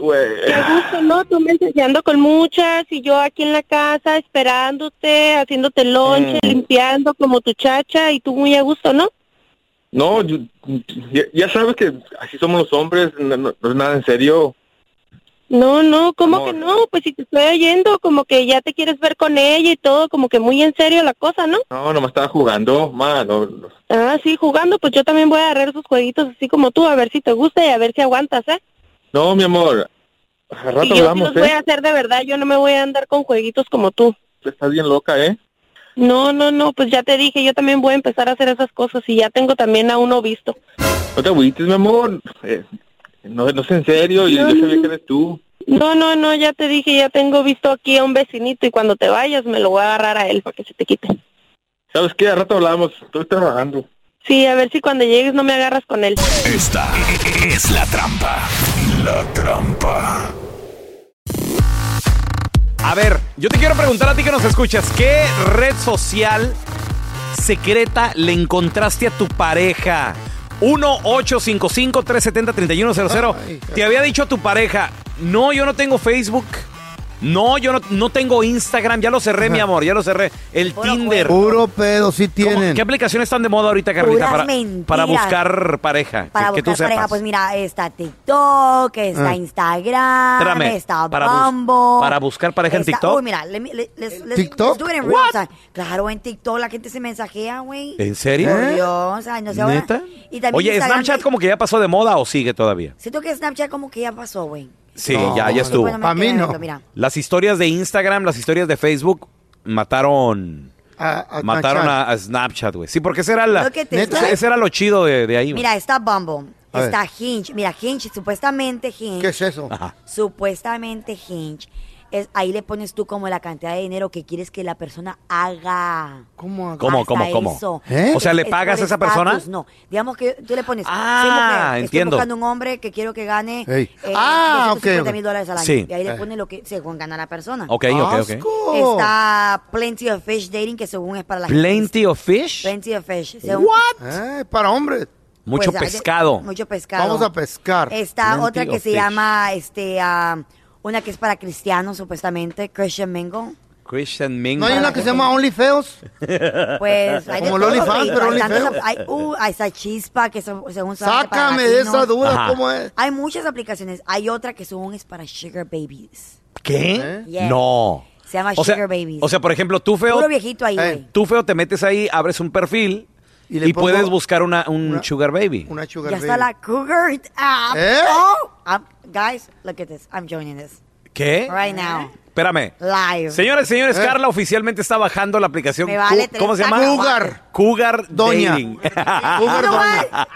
[SPEAKER 13] Güey.
[SPEAKER 12] Qué gusto, ¿no? Tú me enseñando con muchas y yo aquí en la casa esperándote, haciéndote lonche,
[SPEAKER 13] Mm.
[SPEAKER 12] limpiando como tu chacha y tú muy a gusto, ¿no?
[SPEAKER 13] No, yo- ya, ya sabes que así somos los hombres, no, no- no es nada en serio.
[SPEAKER 12] No, no, ¿cómo
[SPEAKER 13] No.
[SPEAKER 12] que no? Pues si te estoy oyendo, como que ya te quieres ver con ella y todo, como que muy en serio la cosa, ¿no?
[SPEAKER 13] No, nomás estaba jugando, ma, no, no.
[SPEAKER 12] Ah, sí, jugando, pues yo también voy a agarrar esos jueguitos así como tú, a ver si te gusta y a ver si aguantas, ¿eh?
[SPEAKER 13] No, mi amor, a rato
[SPEAKER 12] y yo sí
[SPEAKER 13] hablamos,
[SPEAKER 12] los voy a
[SPEAKER 13] ¿eh?
[SPEAKER 12] hacer de verdad, yo no me voy a andar con jueguitos como tú.
[SPEAKER 13] Estás bien loca, ¿eh?
[SPEAKER 12] No, no, no, pues ya te dije, yo también voy a empezar a hacer esas cosas y ya tengo también a uno visto.
[SPEAKER 13] No te agüites, mi amor. Eh, no, no es en serio, yo, yo sabía que eres tú.
[SPEAKER 12] No, no, no, ya te dije, ya tengo visto aquí a un vecinito y cuando te vayas me lo voy a agarrar a él para que se te quite.
[SPEAKER 13] ¿Sabes qué? A rato hablamos, estoy trabajando.
[SPEAKER 12] Sí, a ver si cuando llegues no me agarras con él.
[SPEAKER 11] Esta es la trampa. La trampa.
[SPEAKER 2] A ver, yo te quiero preguntar a ti que nos escuchas, ¿qué red social secreta le encontraste a tu pareja? 1-855-370-3100. Te había dicho a tu pareja, no, yo no tengo Facebook, No, yo no, no tengo Instagram, ya lo cerré, mi amor, ya lo cerré. El Tinder.
[SPEAKER 4] Puro pedo, sí tienen.
[SPEAKER 2] ¿Qué aplicaciones están de moda ahorita,
[SPEAKER 3] Puras
[SPEAKER 2] Carlita, para,
[SPEAKER 3] mentiras.
[SPEAKER 2] para buscar pareja?
[SPEAKER 3] Para
[SPEAKER 2] que, que
[SPEAKER 3] buscar
[SPEAKER 2] tú
[SPEAKER 3] pareja,
[SPEAKER 2] sepas.
[SPEAKER 3] pues mira, está TikTok, está
[SPEAKER 2] Ah.
[SPEAKER 3] Instagram,
[SPEAKER 2] Espérame,
[SPEAKER 3] está
[SPEAKER 2] para, bus-
[SPEAKER 3] Bumble.
[SPEAKER 2] para buscar pareja en
[SPEAKER 3] está-
[SPEAKER 2] TikTok.
[SPEAKER 3] Uy, mira, let me- let- let's- let's-
[SPEAKER 2] TikTok?
[SPEAKER 3] let's do it in real
[SPEAKER 2] What?
[SPEAKER 3] time. Claro, en TikTok la gente se mensajea, güey.
[SPEAKER 2] ¿En serio?
[SPEAKER 3] Por
[SPEAKER 2] ¿Eh?
[SPEAKER 3] Dios, ay, no se van a-
[SPEAKER 2] ¿Neta?
[SPEAKER 3] Y también
[SPEAKER 2] Oye,
[SPEAKER 3] Instagram-
[SPEAKER 2] ¿Snapchat como que ya pasó de moda o sigue todavía?
[SPEAKER 3] Siento que Snapchat como que ya pasó, güey.
[SPEAKER 2] Sí, ya, ya estuvo.
[SPEAKER 3] Bueno, me quedé viendo, Mira.
[SPEAKER 2] Las historias de Instagram, las historias de Facebook mataron mataron a, a Snapchat, güey. Sí, porque ese era, la,
[SPEAKER 3] Lo que te ¿Neta? digo.
[SPEAKER 2] ese era lo chido de, de ahí, güey.
[SPEAKER 3] Mira, está Bumble,
[SPEAKER 2] A ver.
[SPEAKER 3] está Hinge. Mira, Hinge, supuestamente Hinge.
[SPEAKER 2] ¿Qué es eso? Ajá.
[SPEAKER 3] Supuestamente Hinge. Es, ahí le pones tú como la cantidad de dinero que quieres que la persona haga.
[SPEAKER 4] ¿Cómo?
[SPEAKER 2] ¿Cómo, cómo, cómo? ¿Eh? O sea, ¿le pagas a esa persona?
[SPEAKER 3] No, digamos que tú le pones.
[SPEAKER 2] Ah,
[SPEAKER 3] "Soy mujer,
[SPEAKER 2] entiendo.
[SPEAKER 3] Estoy buscando un hombre que quiero que gane.
[SPEAKER 2] Ey.
[SPEAKER 4] Ah,
[SPEAKER 3] ah,
[SPEAKER 4] ok, ok.
[SPEAKER 3] mil dólares al año.
[SPEAKER 2] Sí.
[SPEAKER 3] Y ahí le
[SPEAKER 2] Eh.
[SPEAKER 3] pones lo que según gana la persona.
[SPEAKER 2] Ok, ok, ok.
[SPEAKER 3] Está Plenty of Fish Dating, que según es para la gente.
[SPEAKER 2] Plenty of fish.
[SPEAKER 3] Plenty of Fish.
[SPEAKER 4] What? Eh, para hombres.
[SPEAKER 2] Mucho
[SPEAKER 3] Pues, ah, de-
[SPEAKER 2] pescado.
[SPEAKER 3] mucho pescado.
[SPEAKER 4] Vamos a pescar.
[SPEAKER 3] Está
[SPEAKER 4] Plenty
[SPEAKER 3] otra que
[SPEAKER 4] of
[SPEAKER 3] se
[SPEAKER 4] fish.
[SPEAKER 3] llama, este, ah, una que es para cristianos, supuestamente, Christian Mingle.
[SPEAKER 2] Christian Mingle.
[SPEAKER 4] ¿No hay una que se llama OnlyFeos?
[SPEAKER 3] Pues, hay de
[SPEAKER 4] Como el
[SPEAKER 3] todo,
[SPEAKER 4] OnlyFans,
[SPEAKER 3] güey.
[SPEAKER 4] pero
[SPEAKER 3] Hay tantas
[SPEAKER 4] OnlyFans.
[SPEAKER 3] ap- hay- uh, ahí está Chispa, que son- según son
[SPEAKER 4] Sácame
[SPEAKER 3] para
[SPEAKER 4] de
[SPEAKER 3] latinos.
[SPEAKER 4] esa duda, Ajá. ¿cómo es?
[SPEAKER 3] Hay muchas aplicaciones. Hay otra que según es para sugar babies.
[SPEAKER 2] ¿Qué?
[SPEAKER 3] Yes.
[SPEAKER 2] No.
[SPEAKER 3] ¿Eh? Se llama
[SPEAKER 2] O sea,
[SPEAKER 3] sugar babies.
[SPEAKER 2] O sea, por ejemplo, tú feo.
[SPEAKER 3] Puro viejito ahí, güey.
[SPEAKER 2] Tú feo te metes ahí, abres un perfil y,
[SPEAKER 3] le pongo
[SPEAKER 2] puedes buscar una, un sugar baby.
[SPEAKER 4] Una
[SPEAKER 3] Ya
[SPEAKER 4] sugar
[SPEAKER 3] está la cougar app.
[SPEAKER 2] ¿Eh?
[SPEAKER 3] Oh, I'm- guys, look at this. I'm joining this.
[SPEAKER 2] ¿Qué?
[SPEAKER 3] Right now.
[SPEAKER 2] Espérame.
[SPEAKER 3] Live.
[SPEAKER 2] Señores, señores,
[SPEAKER 3] Eh.
[SPEAKER 2] Carla ocasionalmente está bajando la aplicación.
[SPEAKER 3] Me vale
[SPEAKER 2] Cu- ¿Cómo se
[SPEAKER 3] tres
[SPEAKER 2] llama?
[SPEAKER 3] cacahuates.
[SPEAKER 2] Cougar
[SPEAKER 3] Doña.
[SPEAKER 2] Dating.
[SPEAKER 3] Cougar Doña.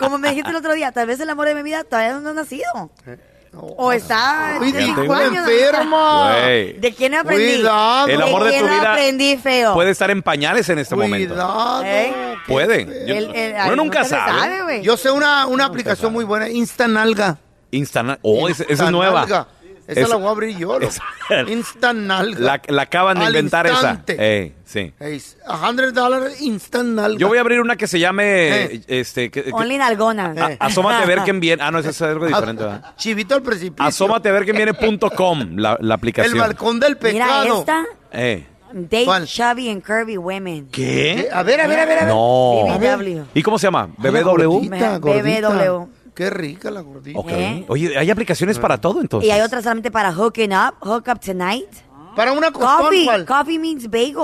[SPEAKER 3] Como me dijiste el otro día, tal vez el amor de mi vida todavía no ha nacido. O está...
[SPEAKER 4] Uy,
[SPEAKER 3] de
[SPEAKER 4] dijo
[SPEAKER 3] cinco años,
[SPEAKER 4] enfermo.
[SPEAKER 2] Güey.
[SPEAKER 3] ¿De quién aprendí?
[SPEAKER 2] Cuidado. El amor de tu
[SPEAKER 3] quién
[SPEAKER 2] vida
[SPEAKER 3] aprendí feo?
[SPEAKER 2] Puede estar en pañales en este momento.
[SPEAKER 3] ¿Eh?
[SPEAKER 2] Puede. Yo-
[SPEAKER 3] El- el-
[SPEAKER 2] uno
[SPEAKER 3] ay,
[SPEAKER 2] nunca
[SPEAKER 3] se
[SPEAKER 2] sabe.
[SPEAKER 3] güey.
[SPEAKER 4] Yo sé una, una aplicación muy buena, Instanalga.
[SPEAKER 2] Instant. Oh, esa, esa es nueva.
[SPEAKER 4] Instanalga. Esa
[SPEAKER 2] Es-
[SPEAKER 4] la voy a abrir yo. loco. Instanalga.
[SPEAKER 2] La, la acaban de
[SPEAKER 4] Al
[SPEAKER 2] inventar
[SPEAKER 4] instante.
[SPEAKER 2] esa. Eh, sí.
[SPEAKER 4] Hey, $100 dólares Instanalga.
[SPEAKER 2] Yo voy a abrir una que se llame
[SPEAKER 4] Eh.
[SPEAKER 2] este que- que-
[SPEAKER 3] Only nalgona.
[SPEAKER 2] a- asómate a ver quién viene. Ah, no, eso es algo diferente. ¿verdad?
[SPEAKER 4] Chivito al principio.
[SPEAKER 2] Asómate a ver quién viene.com la, la aplicación.
[SPEAKER 4] El balcón del
[SPEAKER 3] Mira
[SPEAKER 4] pecado.
[SPEAKER 3] esta.
[SPEAKER 2] Eh.
[SPEAKER 3] Date chubby and curvy women.
[SPEAKER 2] ¿Qué?
[SPEAKER 4] A ver, a ver, a ver. a ver.
[SPEAKER 2] No.
[SPEAKER 3] BBW.
[SPEAKER 2] ¿Y cómo se llama?
[SPEAKER 4] Ay, la
[SPEAKER 2] BBW.
[SPEAKER 4] gordita, gordita.
[SPEAKER 3] BBW.
[SPEAKER 4] Qué rica la gordita.
[SPEAKER 2] Ok.
[SPEAKER 3] ¿Eh?
[SPEAKER 2] Oye, hay aplicaciones para todo entonces.
[SPEAKER 3] Y hay otra solamente para hooking up, hook up tonight.
[SPEAKER 4] Para una
[SPEAKER 3] coffee. Coffee means bagel.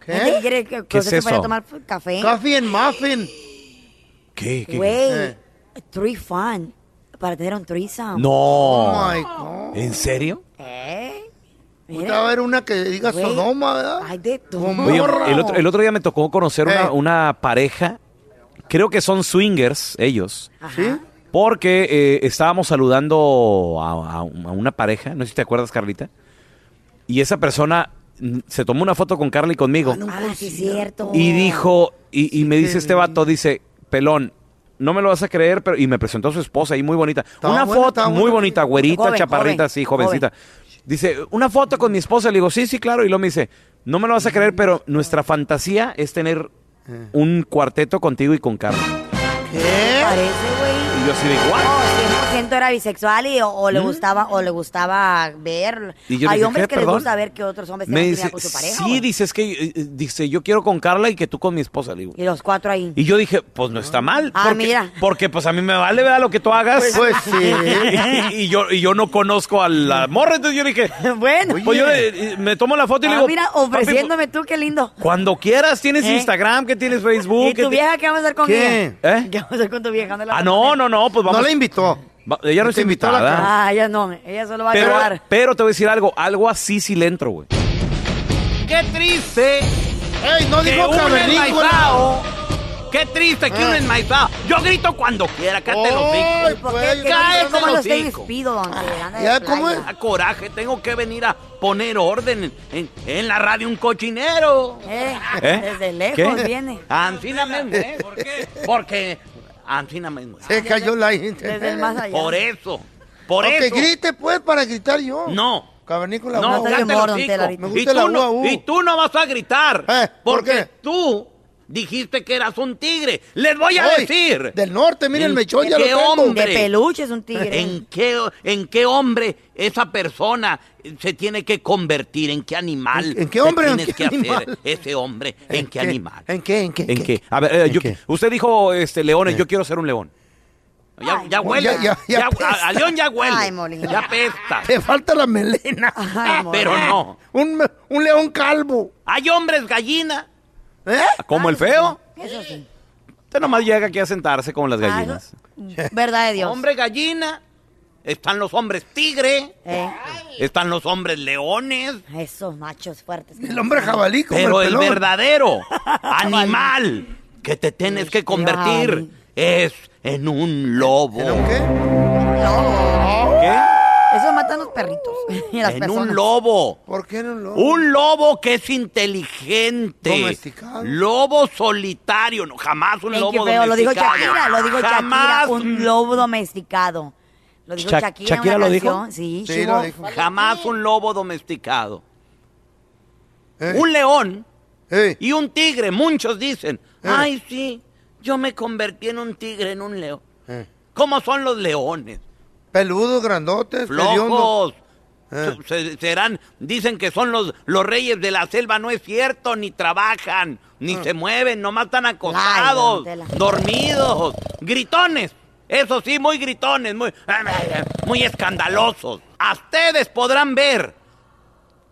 [SPEAKER 3] Gente que quiere que-
[SPEAKER 2] ¿Qué es
[SPEAKER 3] conocerse para
[SPEAKER 2] eso?
[SPEAKER 3] tomar f- café.
[SPEAKER 4] Coffee and muffin.
[SPEAKER 2] ¿Qué? ¿Qué?
[SPEAKER 3] Güey,
[SPEAKER 2] Eh.
[SPEAKER 3] three fun. Para tener un threesome.
[SPEAKER 2] No.
[SPEAKER 4] Oh my God.
[SPEAKER 2] ¿En serio?
[SPEAKER 3] ¿Eh?
[SPEAKER 4] Ahorita va a haber una que diga
[SPEAKER 3] Güey,
[SPEAKER 4] Sodoma, ¿verdad?
[SPEAKER 3] Ay, de todo.
[SPEAKER 2] Oye, el otro, el otro día me tocó conocer una,
[SPEAKER 4] Eh.
[SPEAKER 2] una pareja. Creo que son swingers ellos.
[SPEAKER 4] ¿Sí?
[SPEAKER 2] Porque eh, estábamos saludando a, a- a una pareja, no sé si te acuerdas, Carlita. Y esa persona mm, se tomó una foto con Carla y conmigo.
[SPEAKER 3] Ah, sí, es cierto.
[SPEAKER 2] Y dijo, y, y me dice este vato, dice, pelón, no me lo vas a creer, pero... Y me presentó a su esposa ahí muy bonita. Una
[SPEAKER 4] buena,
[SPEAKER 2] foto
[SPEAKER 4] estaba
[SPEAKER 2] muy
[SPEAKER 4] buena.
[SPEAKER 2] bonita, güerita,
[SPEAKER 4] Joven,
[SPEAKER 2] chaparrita,
[SPEAKER 4] joven,
[SPEAKER 2] sí, jovencita. Dice, una foto con mi esposa. Le digo, sí, sí, claro. Y luego me dice, no me lo vas a creer, pero nuestra fantasía es tener
[SPEAKER 4] Eh.
[SPEAKER 2] un cuarteto contigo y con Carla.
[SPEAKER 3] ¿Qué? Parece, güey.
[SPEAKER 2] Y yo así de, "What?".
[SPEAKER 3] No, 100% era bisexual y o, o le gustaba o le gustaba ver.
[SPEAKER 2] ¿Mm? Y yo le
[SPEAKER 3] Hay
[SPEAKER 2] dije,
[SPEAKER 3] hombres
[SPEAKER 2] "¿Qué?
[SPEAKER 3] que les
[SPEAKER 2] Perdón".
[SPEAKER 3] gusta ver que otros hombres
[SPEAKER 2] Me
[SPEAKER 3] tienen
[SPEAKER 2] dice,
[SPEAKER 3] intimidad con su pareja.
[SPEAKER 2] sí,
[SPEAKER 3] güey.
[SPEAKER 2] dice, es que, eh, eh, dice, yo quiero con Carla y que tú con mi esposa. Le digo,
[SPEAKER 3] Y los cuatro ahí.
[SPEAKER 2] Y yo dije, pues no está mal.
[SPEAKER 3] Ah,
[SPEAKER 2] porque,
[SPEAKER 3] mira.
[SPEAKER 2] Porque pues a mí me vale, ¿verdad? Lo que tú hagas.
[SPEAKER 4] Pues, pues,
[SPEAKER 2] y, yo, y yo no conozco a la morra, entonces yo dije,
[SPEAKER 3] bueno.
[SPEAKER 2] Pues yo eh, me tomo la foto y le
[SPEAKER 3] Ah,
[SPEAKER 2] digo,
[SPEAKER 3] mira,
[SPEAKER 2] "Papi,
[SPEAKER 3] ofreciéndome tú, qué lindo.
[SPEAKER 2] pues, cuando quieras, tienes
[SPEAKER 3] ¿Eh?
[SPEAKER 2] Instagram, que tienes Facebook.
[SPEAKER 3] ¿Y tu
[SPEAKER 2] que te-
[SPEAKER 3] vieja qué vamos a hacer con
[SPEAKER 2] ¿Qué?
[SPEAKER 3] ella?
[SPEAKER 2] ¿Eh?
[SPEAKER 3] ¿Qué vamos a hacer con tu vieja? ¿Dónde la
[SPEAKER 2] Ah,
[SPEAKER 3] vamos a
[SPEAKER 2] no,
[SPEAKER 3] poner?
[SPEAKER 2] no, no, pues vamos.
[SPEAKER 4] la invitó.
[SPEAKER 2] Va- ella no está invitada.
[SPEAKER 3] Ah, ella no, ella solo va a
[SPEAKER 2] Pero,
[SPEAKER 3] grabar.
[SPEAKER 2] pero te voy a decir algo, algo así sí le entro, güey. ¡Qué triste!
[SPEAKER 4] ¡Ey, no
[SPEAKER 2] Que
[SPEAKER 4] dijo
[SPEAKER 2] un enmaizao-
[SPEAKER 4] cavernícola!
[SPEAKER 2] ¡Qué triste que un enmaizado! Yo grito cuando quiera, acá te lo
[SPEAKER 4] Ah. Ay, pues,
[SPEAKER 2] digo.
[SPEAKER 3] ¿Por qué? ¿Qué
[SPEAKER 2] Cállate
[SPEAKER 3] dices? ¿Cómo
[SPEAKER 2] el
[SPEAKER 3] no estoy
[SPEAKER 2] hocico.
[SPEAKER 3] despido, don Tela? Anda de
[SPEAKER 2] Ah, Ya,
[SPEAKER 3] playa.
[SPEAKER 2] ¿cómo es? A Ah, coraje, tengo que venir a poner orden en, en- en la radio un cochinero.
[SPEAKER 3] ¿Eh?
[SPEAKER 2] ¿Eh?
[SPEAKER 3] Desde lejos
[SPEAKER 2] ¿Qué?
[SPEAKER 3] viene.
[SPEAKER 2] Ancina me mue, ¿por qué? Porque ancina me mue.
[SPEAKER 4] Se cayó la gente.
[SPEAKER 3] Ah, Desde el más allá.
[SPEAKER 2] Por eso, por
[SPEAKER 4] Aunque
[SPEAKER 2] eso.
[SPEAKER 4] grite, pues, para gritar yo.
[SPEAKER 2] No.
[SPEAKER 4] Cavernícola.
[SPEAKER 2] No,
[SPEAKER 4] guau.
[SPEAKER 2] cállate el hocico.
[SPEAKER 4] Me
[SPEAKER 2] y,
[SPEAKER 4] gusta la
[SPEAKER 2] tú
[SPEAKER 4] UAU.
[SPEAKER 2] no, y tú no vas a gritar.
[SPEAKER 4] Eh, ¿por
[SPEAKER 2] porque tú Dijiste que eras un tigre. Les voy a
[SPEAKER 4] Ay,
[SPEAKER 2] decir.
[SPEAKER 4] Del norte, mire el
[SPEAKER 2] ¿En
[SPEAKER 4] mechón, ya lo
[SPEAKER 2] qué
[SPEAKER 4] tengo.
[SPEAKER 2] hombre?
[SPEAKER 4] De peluche es un tigre.
[SPEAKER 2] ¿En qué, ¿En qué hombre esa persona se tiene que convertir? ¿En qué animal?
[SPEAKER 4] ¿En- en qué
[SPEAKER 2] se
[SPEAKER 4] hombre o en
[SPEAKER 2] Tienes
[SPEAKER 4] qué
[SPEAKER 2] que hacer
[SPEAKER 4] animal?
[SPEAKER 2] ese hombre. ¿En, qué, animal?
[SPEAKER 4] ¿En qué? ¿En Eh. qué?
[SPEAKER 2] ¿En qué? A ver, eh, yo- usted dijo este, leones, yo quiero ser un león. Ya, ya
[SPEAKER 4] no.
[SPEAKER 2] huele.
[SPEAKER 4] Ya- ya- ya
[SPEAKER 2] Ya- a,
[SPEAKER 4] apesta.
[SPEAKER 2] a león ya huele.
[SPEAKER 4] Ay, Molina.
[SPEAKER 2] ya pesta.
[SPEAKER 4] Te falta la melena.
[SPEAKER 2] Pero no.
[SPEAKER 4] Un, un león calvo.
[SPEAKER 2] Hay hombres gallina.
[SPEAKER 4] ¿Eh?
[SPEAKER 2] ¿Como el feo?
[SPEAKER 3] Eso sí.
[SPEAKER 2] Usted nomás llega aquí a sentarse con las
[SPEAKER 3] Ah,
[SPEAKER 2] gallinas.
[SPEAKER 3] Verdad de Dios.
[SPEAKER 2] Hombre gallina. Están los hombres tigre. Están los hombres leones.
[SPEAKER 3] Eh, Esos machos fuertes.
[SPEAKER 4] El hombre jabalí como
[SPEAKER 2] Pero
[SPEAKER 4] el
[SPEAKER 2] el
[SPEAKER 4] pelón.
[SPEAKER 2] verdadero animal que te tienes que convertir es en un lobo. ¿En un qué?
[SPEAKER 3] Esos matan los perritos y las
[SPEAKER 2] En
[SPEAKER 3] personas.
[SPEAKER 2] un lobo.
[SPEAKER 4] ¿Por qué en un lobo?
[SPEAKER 2] Un lobo que es inteligente.
[SPEAKER 4] Domesticado.
[SPEAKER 2] Lobo solitario. No, jamás un
[SPEAKER 3] Thank you,
[SPEAKER 2] lobo
[SPEAKER 3] feo. Lo dijo
[SPEAKER 2] domesticado.
[SPEAKER 3] Shakira, lo dijo
[SPEAKER 2] jamás
[SPEAKER 3] Shakira, un lobo domesticado. Lo dijo
[SPEAKER 2] Shak-
[SPEAKER 3] Shakira, en
[SPEAKER 2] ¿Shakira
[SPEAKER 3] una
[SPEAKER 2] lo dijo?
[SPEAKER 3] canción. Sí,
[SPEAKER 2] Sí,
[SPEAKER 3] she
[SPEAKER 2] lo
[SPEAKER 3] won't-
[SPEAKER 2] dijo. Jamás un lobo domesticado. Un león y un tigre, muchos dicen, ay sí, yo me convertí en un tigre, en un león. ¿Cómo son los leones?
[SPEAKER 4] Peludos, grandotes,
[SPEAKER 2] Flojos.
[SPEAKER 4] hediondos.
[SPEAKER 2] Se- se- serán, dicen que son los, los reyes de la selva, no es cierto, ni trabajan, ni se mueven, nomás están acostados,
[SPEAKER 3] Ay, don Tela.
[SPEAKER 2] dormidos, gritones, eso sí, muy gritones, muy, muy escandalosos. A ustedes podrán ver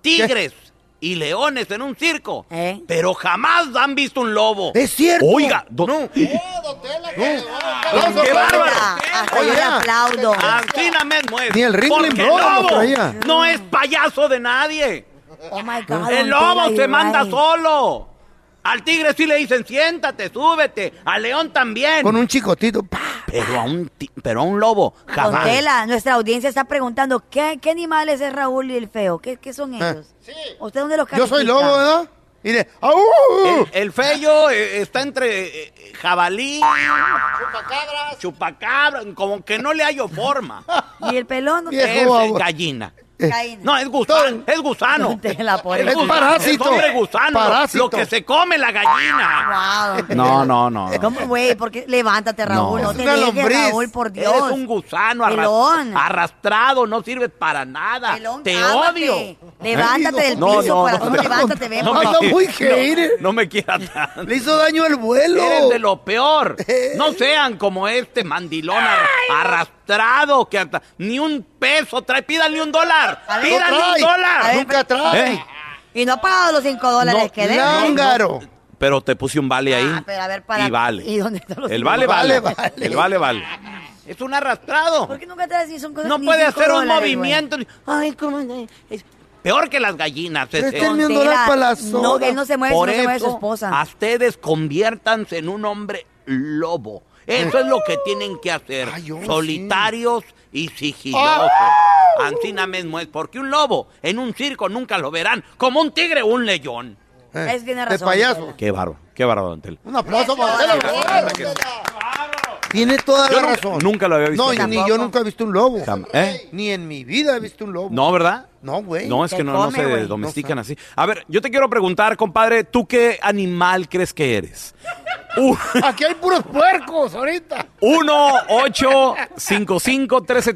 [SPEAKER 2] tigres y leones en un circo, pero jamás han visto un lobo. Es
[SPEAKER 4] cierto.
[SPEAKER 2] Oiga, don-
[SPEAKER 4] Aplauso,
[SPEAKER 2] ¡Qué
[SPEAKER 4] aplauso.
[SPEAKER 2] bárbaro!
[SPEAKER 3] Hasta yo le aplaudo.
[SPEAKER 2] Así mismo es.
[SPEAKER 4] Ni el Ringling
[SPEAKER 2] Porque
[SPEAKER 4] Brothers lo
[SPEAKER 2] lobo
[SPEAKER 4] traía.
[SPEAKER 2] No es payaso de nadie.
[SPEAKER 3] Oh my God.
[SPEAKER 2] el
[SPEAKER 3] don Tela,
[SPEAKER 2] lobo se
[SPEAKER 3] you're
[SPEAKER 2] manda
[SPEAKER 3] right.
[SPEAKER 2] solo. Al tigre sí le dicen, siéntate, súbete. Al león también.
[SPEAKER 4] Con un chicotito.
[SPEAKER 2] Pero a un, ti- pero a un lobo,
[SPEAKER 3] Don
[SPEAKER 2] jamás.
[SPEAKER 3] Tela, nuestra audiencia está preguntando ¿qué, qué animales es Raúl y el feo? ¿Qué, qué son ellos? ¿Usted dónde los
[SPEAKER 4] Ah. Yo soy
[SPEAKER 3] califica?
[SPEAKER 4] lobo, ¿verdad? Mire,
[SPEAKER 2] "Ah, uh, El, el fello eh, está entre eh, eh, jabalí, chupacabras, como que no le hallo forma.
[SPEAKER 3] ¿Y el pelón?
[SPEAKER 2] Es eh, gallina. No, es gusano. Es gusano.
[SPEAKER 3] pobre.
[SPEAKER 2] Es
[SPEAKER 3] gusano,
[SPEAKER 2] parásito. hombre gusano. Lo que se come la gallina.
[SPEAKER 3] Wow, don
[SPEAKER 2] No,
[SPEAKER 3] Tela.
[SPEAKER 2] no, no.
[SPEAKER 3] ¿Cómo, güey? Porque levántate, Raúl. No,
[SPEAKER 2] Es
[SPEAKER 3] te
[SPEAKER 2] una
[SPEAKER 3] dejes,
[SPEAKER 2] lombriz.
[SPEAKER 3] Raúl, por Dios.
[SPEAKER 2] Eres un gusano arras-
[SPEAKER 3] Pelón.
[SPEAKER 2] arrastrado, no sirves para nada. Te
[SPEAKER 3] ámate.
[SPEAKER 2] odio.
[SPEAKER 3] Levántate del
[SPEAKER 2] No,
[SPEAKER 3] piso,
[SPEAKER 2] no,
[SPEAKER 3] corazón,
[SPEAKER 2] no.
[SPEAKER 3] levántate, ven.
[SPEAKER 2] No me
[SPEAKER 4] Anda
[SPEAKER 2] quie-
[SPEAKER 4] muy
[SPEAKER 2] no,
[SPEAKER 4] hater.
[SPEAKER 2] No, me quieras tanto.
[SPEAKER 4] Le hizo daño el vuelo.
[SPEAKER 2] Eres de lo peor. No sean como este mandilón ar- arrastrado que hasta ni un peso trae. Pídanle un dólar.
[SPEAKER 3] A ver,
[SPEAKER 2] Pídanle
[SPEAKER 3] no
[SPEAKER 2] un
[SPEAKER 3] trae. A
[SPEAKER 2] dólar.
[SPEAKER 3] ver, Nunca trae.
[SPEAKER 2] ¿Eh?
[SPEAKER 3] Y no ha pagado los 5 dólares que debe.
[SPEAKER 2] Pero te puse un vale ahí.
[SPEAKER 3] Ah, pero a ver, para...
[SPEAKER 2] Y vale.
[SPEAKER 3] ¿Y dónde están los
[SPEAKER 2] El
[SPEAKER 3] cinco
[SPEAKER 2] vale vale.
[SPEAKER 3] dólares?
[SPEAKER 2] El vale vale. Es un arrastrado.
[SPEAKER 3] ¿Por qué nunca traes ni son cosas
[SPEAKER 2] No
[SPEAKER 3] ni
[SPEAKER 2] puede
[SPEAKER 3] cinco
[SPEAKER 2] hacer un
[SPEAKER 3] dólares, güey?
[SPEAKER 2] movimiento. Ay, cómo... es- Peor que las gallinas. ese.
[SPEAKER 3] Préstame un dólar para la soda. No, él no se mueve si
[SPEAKER 2] Por
[SPEAKER 3] no se mueve su
[SPEAKER 2] eso,
[SPEAKER 3] esposa.
[SPEAKER 2] A ustedes conviértanse en un hombre lobo. Eso es lo que tienen que hacer.
[SPEAKER 4] oh,
[SPEAKER 2] Solitarios y sigilosos. Ancina mismo es porque un lobo en un circo nunca lo verán como un tigre o un león. Eh,
[SPEAKER 3] Es tiene
[SPEAKER 4] de
[SPEAKER 3] razón.
[SPEAKER 4] payaso.
[SPEAKER 3] Tela.
[SPEAKER 2] Qué bárbaro, qué bárbaro, don Tela.
[SPEAKER 4] Un aplauso para usted, lobo. Tiene toda
[SPEAKER 2] Yo
[SPEAKER 4] la
[SPEAKER 2] nunca-
[SPEAKER 4] razón.
[SPEAKER 2] nunca lo había visto.
[SPEAKER 4] No, ni yo nunca he visto un lobo.
[SPEAKER 2] Jam- ¿Eh?
[SPEAKER 4] Ni en mi vida he visto un lobo.
[SPEAKER 2] No, ¿verdad?
[SPEAKER 4] No, güey.
[SPEAKER 2] No, es que no, no se
[SPEAKER 4] güey.
[SPEAKER 2] domestican así. A ver, yo te quiero preguntar, compadre, ¿tú qué animal crees que eres? U-
[SPEAKER 4] Aquí hay puros puercos ahorita.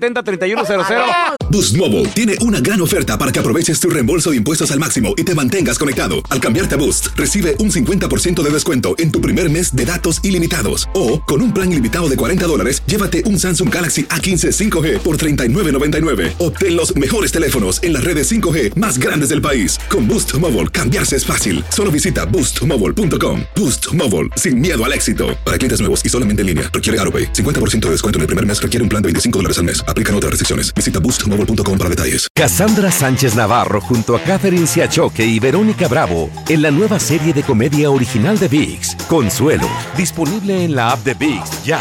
[SPEAKER 2] 1-855-370-3100.
[SPEAKER 14] Boost Mobile tiene una gran oferta para que aproveches tu reembolso de impuestos al máximo y te mantengas conectado. Al cambiarte a Boost, recibe un 50% de descuento en tu primer mes de datos ilimitados. O, con un plan ilimitado de 40 dólares, llévate un Samsung Galaxy A15 5G por $39.99. Obtén los mejores teléfonos en las redes 5G más grandes del país. Con Boost Mobile, cambiarse es fácil. Solo visita boostmobile.com. Boost Mobile, sin miedo al éxito. Para clientes nuevos y solamente en línea, requiere AroPay. 50% de descuento en el primer mes requiere un plan de 25 dólares al mes. Aplican otras restricciones. Visita boostmobile.com para detalles.
[SPEAKER 15] Cassandra Sánchez Navarro junto a Catherine Siachoque y Verónica Bravo en la nueva serie de comedia original de Vix, Consuelo, disponible en la app de Vix ya.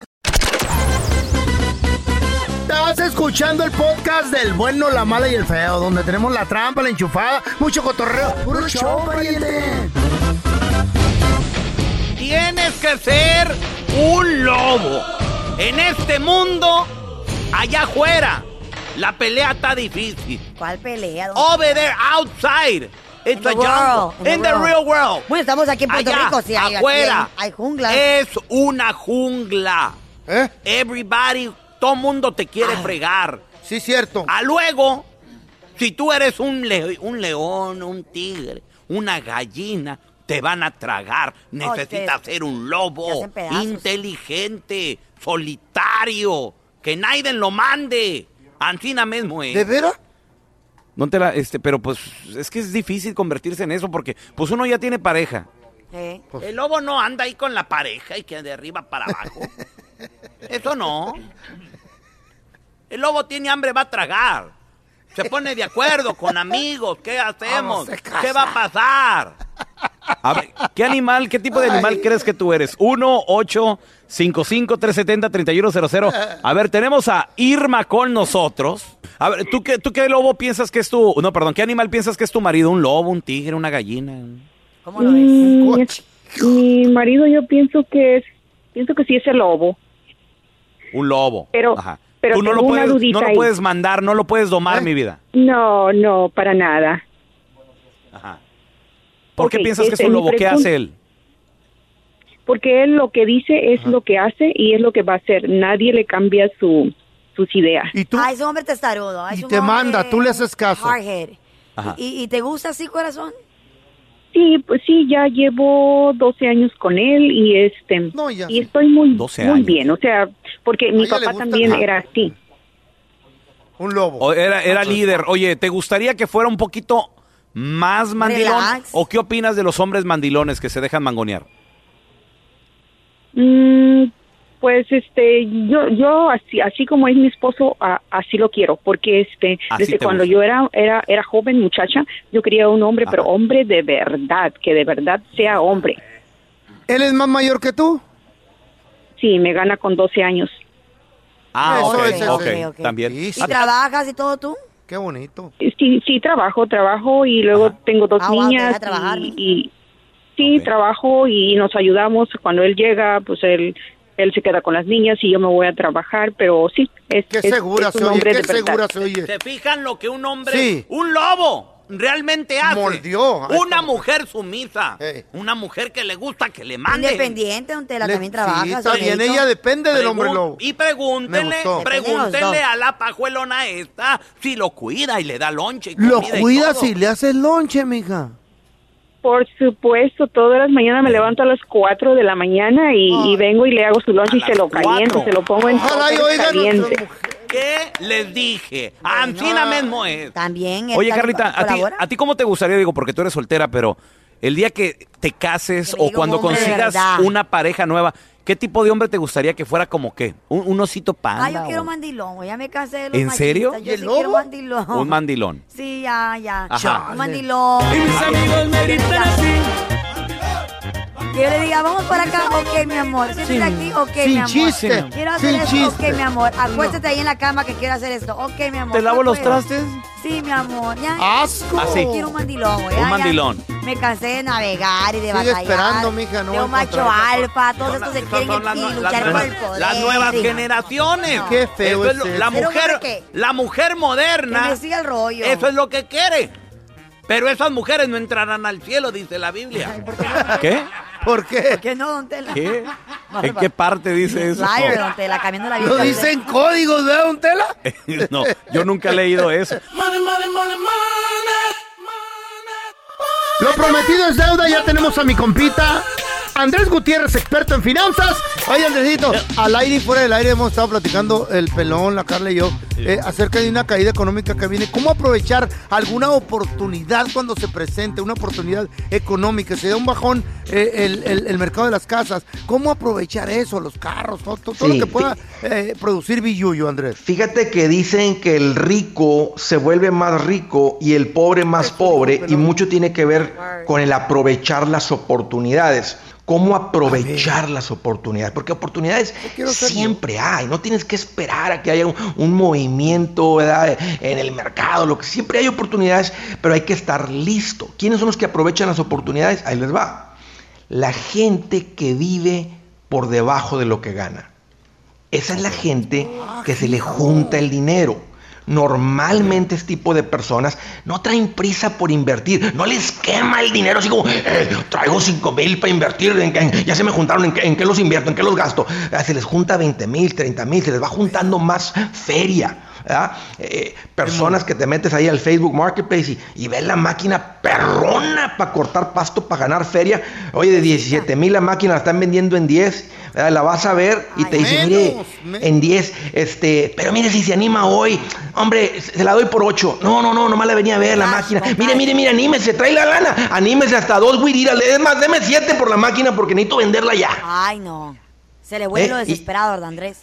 [SPEAKER 4] Estás escuchando el podcast del bueno, la mala y el feo, donde tenemos la trampa, la enchufada, mucho cotorreo. ¡Puro show, pariente!
[SPEAKER 2] Tienes que ser un lobo. En este mundo, allá afuera, la pelea está difícil.
[SPEAKER 3] ¿Cuál pelea? don
[SPEAKER 2] Over there, outside. It's
[SPEAKER 3] the
[SPEAKER 2] a jungle.
[SPEAKER 3] world,
[SPEAKER 2] In, the, real world.
[SPEAKER 3] Bueno, estamos aquí en Puerto
[SPEAKER 2] Allá,
[SPEAKER 3] Rico, sí, hay, aquí
[SPEAKER 2] afuera. Eh,
[SPEAKER 3] hay, hay jungla.
[SPEAKER 2] Es una jungla.
[SPEAKER 4] ¿Eh?
[SPEAKER 2] Everybody, todo mundo te quiere fregar.
[SPEAKER 4] Ah. Sí, cierto.
[SPEAKER 2] A luego, si tú eres un, le- un león, un tigre, una gallina, te van a tragar.
[SPEAKER 4] Oh,
[SPEAKER 2] Necesitas
[SPEAKER 16] te-
[SPEAKER 2] ser un
[SPEAKER 16] te
[SPEAKER 2] lobo
[SPEAKER 16] hacen pedazos.
[SPEAKER 2] inteligente, solitario, que nadie lo mande. Antina mismo, ¿eh?
[SPEAKER 4] ¿De veras?
[SPEAKER 1] No te la, este, pero pues es que es difícil convertirse en eso porque pues uno ya tiene pareja.
[SPEAKER 4] Pues-
[SPEAKER 2] El lobo no anda ahí con la pareja y que de arriba para abajo. Eso no. El lobo tiene hambre, va a tragar. Se pone de acuerdo con amigos. ¿Qué hacemos? ¿Qué va a pasar?
[SPEAKER 1] A ver, ¿qué animal, qué tipo de animal crees que tú eres? 1 8 55 370 3100 A ver, tenemos a Irma con nosotros. A ver, ¿tú qué, ¿tú qué lobo piensas que es tu... No, perdón, ¿qué animal piensas que es tu marido? ¿Un lobo, un tigre, una gallina?
[SPEAKER 16] Mm, Mi marido yo pienso que es, pienso que sí es el lobo.
[SPEAKER 1] Un lobo.
[SPEAKER 16] Pero- pero
[SPEAKER 1] Tú no lo,
[SPEAKER 16] tengo una
[SPEAKER 1] puedes,
[SPEAKER 16] dudita
[SPEAKER 1] no lo
[SPEAKER 16] ahí. Ah.
[SPEAKER 1] puedes mandar, no lo puedes domar, mi vida.
[SPEAKER 16] No, no, para nada.
[SPEAKER 1] Ajá. ¿Por
[SPEAKER 16] Ok,
[SPEAKER 1] qué piensas que es
[SPEAKER 16] este,
[SPEAKER 1] un
[SPEAKER 16] mi
[SPEAKER 1] lobo? ¿Qué
[SPEAKER 16] pregunta-
[SPEAKER 1] hace él?
[SPEAKER 16] Porque él lo que dice es lo que hace y es lo que va a hacer. Nadie le cambia su, sus ideas.
[SPEAKER 3] Ah, es un hombre testarudo. es
[SPEAKER 16] Y
[SPEAKER 3] un
[SPEAKER 16] te
[SPEAKER 3] hombre
[SPEAKER 16] manda, tú le haces caso.
[SPEAKER 3] hardhead. ¿Y, y te gusta así, corazón?
[SPEAKER 16] Sí, pues sí, ya llevo 12 años con él y este
[SPEAKER 3] ya
[SPEAKER 16] y estoy muy
[SPEAKER 1] 12
[SPEAKER 16] muy
[SPEAKER 1] años.
[SPEAKER 16] bien, o sea, porque mi papá también era así.
[SPEAKER 4] Un lobo.
[SPEAKER 1] O era, era líder. Oye, ¿te gustaría que fuera un poquito más mandilón?
[SPEAKER 16] Relax.
[SPEAKER 1] ¿O qué opinas de los hombres mandilones que se dejan mangonear?
[SPEAKER 16] Mm, pues este yo yo así así como es mi esposo a- así lo quiero, porque este
[SPEAKER 1] Así
[SPEAKER 16] desde
[SPEAKER 1] te
[SPEAKER 16] cuando
[SPEAKER 1] gusta.
[SPEAKER 16] yo era era era joven muchacha, yo quería un hombre, pero hombre de verdad, que de verdad sea hombre.
[SPEAKER 4] ¿Él es más mayor que tú?
[SPEAKER 16] Sí, me gana con 12 años.
[SPEAKER 1] Ah,
[SPEAKER 16] Eso
[SPEAKER 1] ok,
[SPEAKER 16] es, eso
[SPEAKER 1] ok,
[SPEAKER 16] es.
[SPEAKER 1] también.
[SPEAKER 3] ¿Y trabajas y todo tú?
[SPEAKER 4] Qué bonito.
[SPEAKER 16] Sí, sí, trabajo, trabajo y luego tengo dos
[SPEAKER 3] Ah, wow, te
[SPEAKER 16] niñas.
[SPEAKER 3] deja trabajar,
[SPEAKER 16] y, y- sí, trabajo y nos ayudamos. Cuando él llega, pues él, él se queda con las niñas y yo me voy a trabajar, pero sí, es,
[SPEAKER 4] Qué
[SPEAKER 16] es-
[SPEAKER 4] segura
[SPEAKER 16] es un
[SPEAKER 4] se oye,
[SPEAKER 16] hombre
[SPEAKER 4] qué
[SPEAKER 16] de verdad.
[SPEAKER 4] segura se oye.
[SPEAKER 2] ¿Se fijan lo que un hombre,
[SPEAKER 4] Sí.
[SPEAKER 2] un lobo, realmente hace?
[SPEAKER 4] Mordió. Eh. Ay,
[SPEAKER 2] Una mujer sumisa. Una mujer que le gusta que le mande.
[SPEAKER 3] Independiente, don Tela,
[SPEAKER 2] Le-
[SPEAKER 3] también trabajas. don Nelito.
[SPEAKER 2] Pregun- Y pregúntenle,
[SPEAKER 3] Me gustó. Depende de
[SPEAKER 2] pregúntenle
[SPEAKER 3] los dos.
[SPEAKER 2] a la pajuelona esta si lo cuida y le da lonche. y
[SPEAKER 4] Lo
[SPEAKER 2] comida y
[SPEAKER 4] cuidas
[SPEAKER 2] todo.
[SPEAKER 4] y le haces lonche, mija.
[SPEAKER 16] Por supuesto, todas las mañanas me levanto a las 4 de la mañana y, y vengo y le hago su lonche y se lo caliento, se lo pongo en
[SPEAKER 2] Ojalá y
[SPEAKER 16] todo
[SPEAKER 2] oigan
[SPEAKER 16] caliente.
[SPEAKER 2] ¿Qué les dije? Ancina mismo es.
[SPEAKER 3] También.
[SPEAKER 1] Oye, Carlita, ¿a ti, ¿a ti cómo te gustaría? Digo, porque tú eres soltera, pero el día que te cases o
[SPEAKER 3] diga un
[SPEAKER 1] cuando
[SPEAKER 3] hombre de
[SPEAKER 1] consigas
[SPEAKER 3] verdad.
[SPEAKER 1] una pareja nueva, ¿qué tipo de hombre te gustaría que fuera como qué? ¿Un, un osito panda?
[SPEAKER 3] Ah, yo quiero
[SPEAKER 1] o
[SPEAKER 3] mandilón, güey, ya me cansé de los
[SPEAKER 1] ¿En serio?
[SPEAKER 3] machistas,
[SPEAKER 1] ¿Y
[SPEAKER 3] Yo
[SPEAKER 1] el
[SPEAKER 3] sí quiero mandilón.
[SPEAKER 1] Un mandilón.
[SPEAKER 3] Sí, ya, ya.
[SPEAKER 1] Ajá.
[SPEAKER 3] Un mandilón.
[SPEAKER 1] Y mis amigos me gritan
[SPEAKER 3] Que yo le diga, vamos para acá, ok, mi amor. Siéntate
[SPEAKER 4] Sin-
[SPEAKER 3] aquí, ok,
[SPEAKER 4] sin
[SPEAKER 3] mi amor.
[SPEAKER 4] chiste,
[SPEAKER 3] Quiero hacer
[SPEAKER 4] sin
[SPEAKER 3] esto,
[SPEAKER 4] chiste.
[SPEAKER 3] ok, mi amor. Acuéstate ahí en la cama que quiero hacer esto, ok, mi amor.
[SPEAKER 1] ¿Te lavo
[SPEAKER 3] No
[SPEAKER 1] los
[SPEAKER 3] puedo.
[SPEAKER 1] trastes?
[SPEAKER 3] Sí, mi amor. Ya.
[SPEAKER 4] ¡Asco!
[SPEAKER 1] Así.
[SPEAKER 3] Quiero un mandilón, güey.
[SPEAKER 1] Un
[SPEAKER 3] ya, ya.
[SPEAKER 1] mandilón.
[SPEAKER 3] Me cansé de navegar y de
[SPEAKER 4] Sigue
[SPEAKER 3] batallar.
[SPEAKER 4] esperando, mija, no
[SPEAKER 3] de
[SPEAKER 4] va a
[SPEAKER 3] un macho
[SPEAKER 4] encontrar
[SPEAKER 3] alfa, todos estos se quieren en
[SPEAKER 2] las
[SPEAKER 3] ti,
[SPEAKER 2] nue- las
[SPEAKER 3] luchar por el
[SPEAKER 2] nuevas-
[SPEAKER 3] poder.
[SPEAKER 2] las nuevas
[SPEAKER 3] sí.
[SPEAKER 2] generaciones.
[SPEAKER 3] Qué feo
[SPEAKER 2] Eso es lo-
[SPEAKER 3] es
[SPEAKER 2] la
[SPEAKER 3] eso. Pero
[SPEAKER 2] mujer,
[SPEAKER 3] bueno, ¿qué?
[SPEAKER 2] la mujer moderna.
[SPEAKER 3] Que me siga el rollo.
[SPEAKER 2] Eso es lo que quiere. Pero esas mujeres no entrarán al cielo, dice la Biblia.
[SPEAKER 1] ¿Qué?
[SPEAKER 4] ¿Por qué?
[SPEAKER 3] ¿Qué no, don Tela?
[SPEAKER 1] ¿Qué? ¿En qué parte dice eso?
[SPEAKER 3] Liar, don Tela, cambiando la vida.
[SPEAKER 4] códigos, ¿verdad, don Tela?
[SPEAKER 1] No, yo nunca he leído eso.
[SPEAKER 4] Lo prometido es deuda, ya tenemos a mi compita Andrés Gutiérrez, experto en finanzas. Oye, Andresito, al aire y fuera del aire hemos estado platicando el pelón, la Carla y yo, eh, acerca de una caída económica que viene. ¿Cómo aprovechar alguna oportunidad cuando se presente, una oportunidad económica? Se da un bajón eh, el, el- el mercado de las casas. ¿Cómo aprovechar eso? Los carros, todo, todo- todo
[SPEAKER 17] Sí.
[SPEAKER 4] lo que pueda eh, producir billuyo, Andrés.
[SPEAKER 17] Fíjate que dicen que el rico se vuelve más rico y el pobre más pobre y mucho tiene que ver con el aprovechar las oportunidades. ¿Cómo aprovechar las oportunidades? Porque oportunidades siempre hay, no tienes que esperar a que haya un, un movimiento ¿verdad? en el mercado, lo que siempre hay oportunidades, pero hay que estar listo. ¿Quiénes son los que aprovechan las oportunidades? Ahí les va. La gente que vive por debajo de lo que gana. Esa es la gente que se le junta el dinero. Normalmente este tipo de personas no traen prisa por invertir, no les quema el dinero así como, eh, traigo 5 mil para invertir, ¿en qué- en- ya se me juntaron, ¿en qué, en qué los invierto? ¿En qué los gasto? Ah, se les junta 20 mil, 30 mil, se les va juntando más feria. ¿verdad? Eh, personas que te metes ahí al Facebook Marketplace y, y ves la máquina perrona para cortar pasto, para ganar feria. Oye, de 17 mil la máquina la están vendiendo en 10, ¿verdad? la vas a ver y te dicen, mire, en 10, este, pero mire si se anima hoy, hombre, se la doy por 8. No, no, no, nomás la venía a ver la máquina. Mire, mire, mire, anímese, trae la lana, anímese hasta dos guiriras, es más, deme 7 por la máquina porque necesito venderla ya.
[SPEAKER 3] Ay, no. Se le vuelve
[SPEAKER 17] Eh,
[SPEAKER 3] lo
[SPEAKER 17] y-
[SPEAKER 3] desesperado, ¿verdad, Andrés?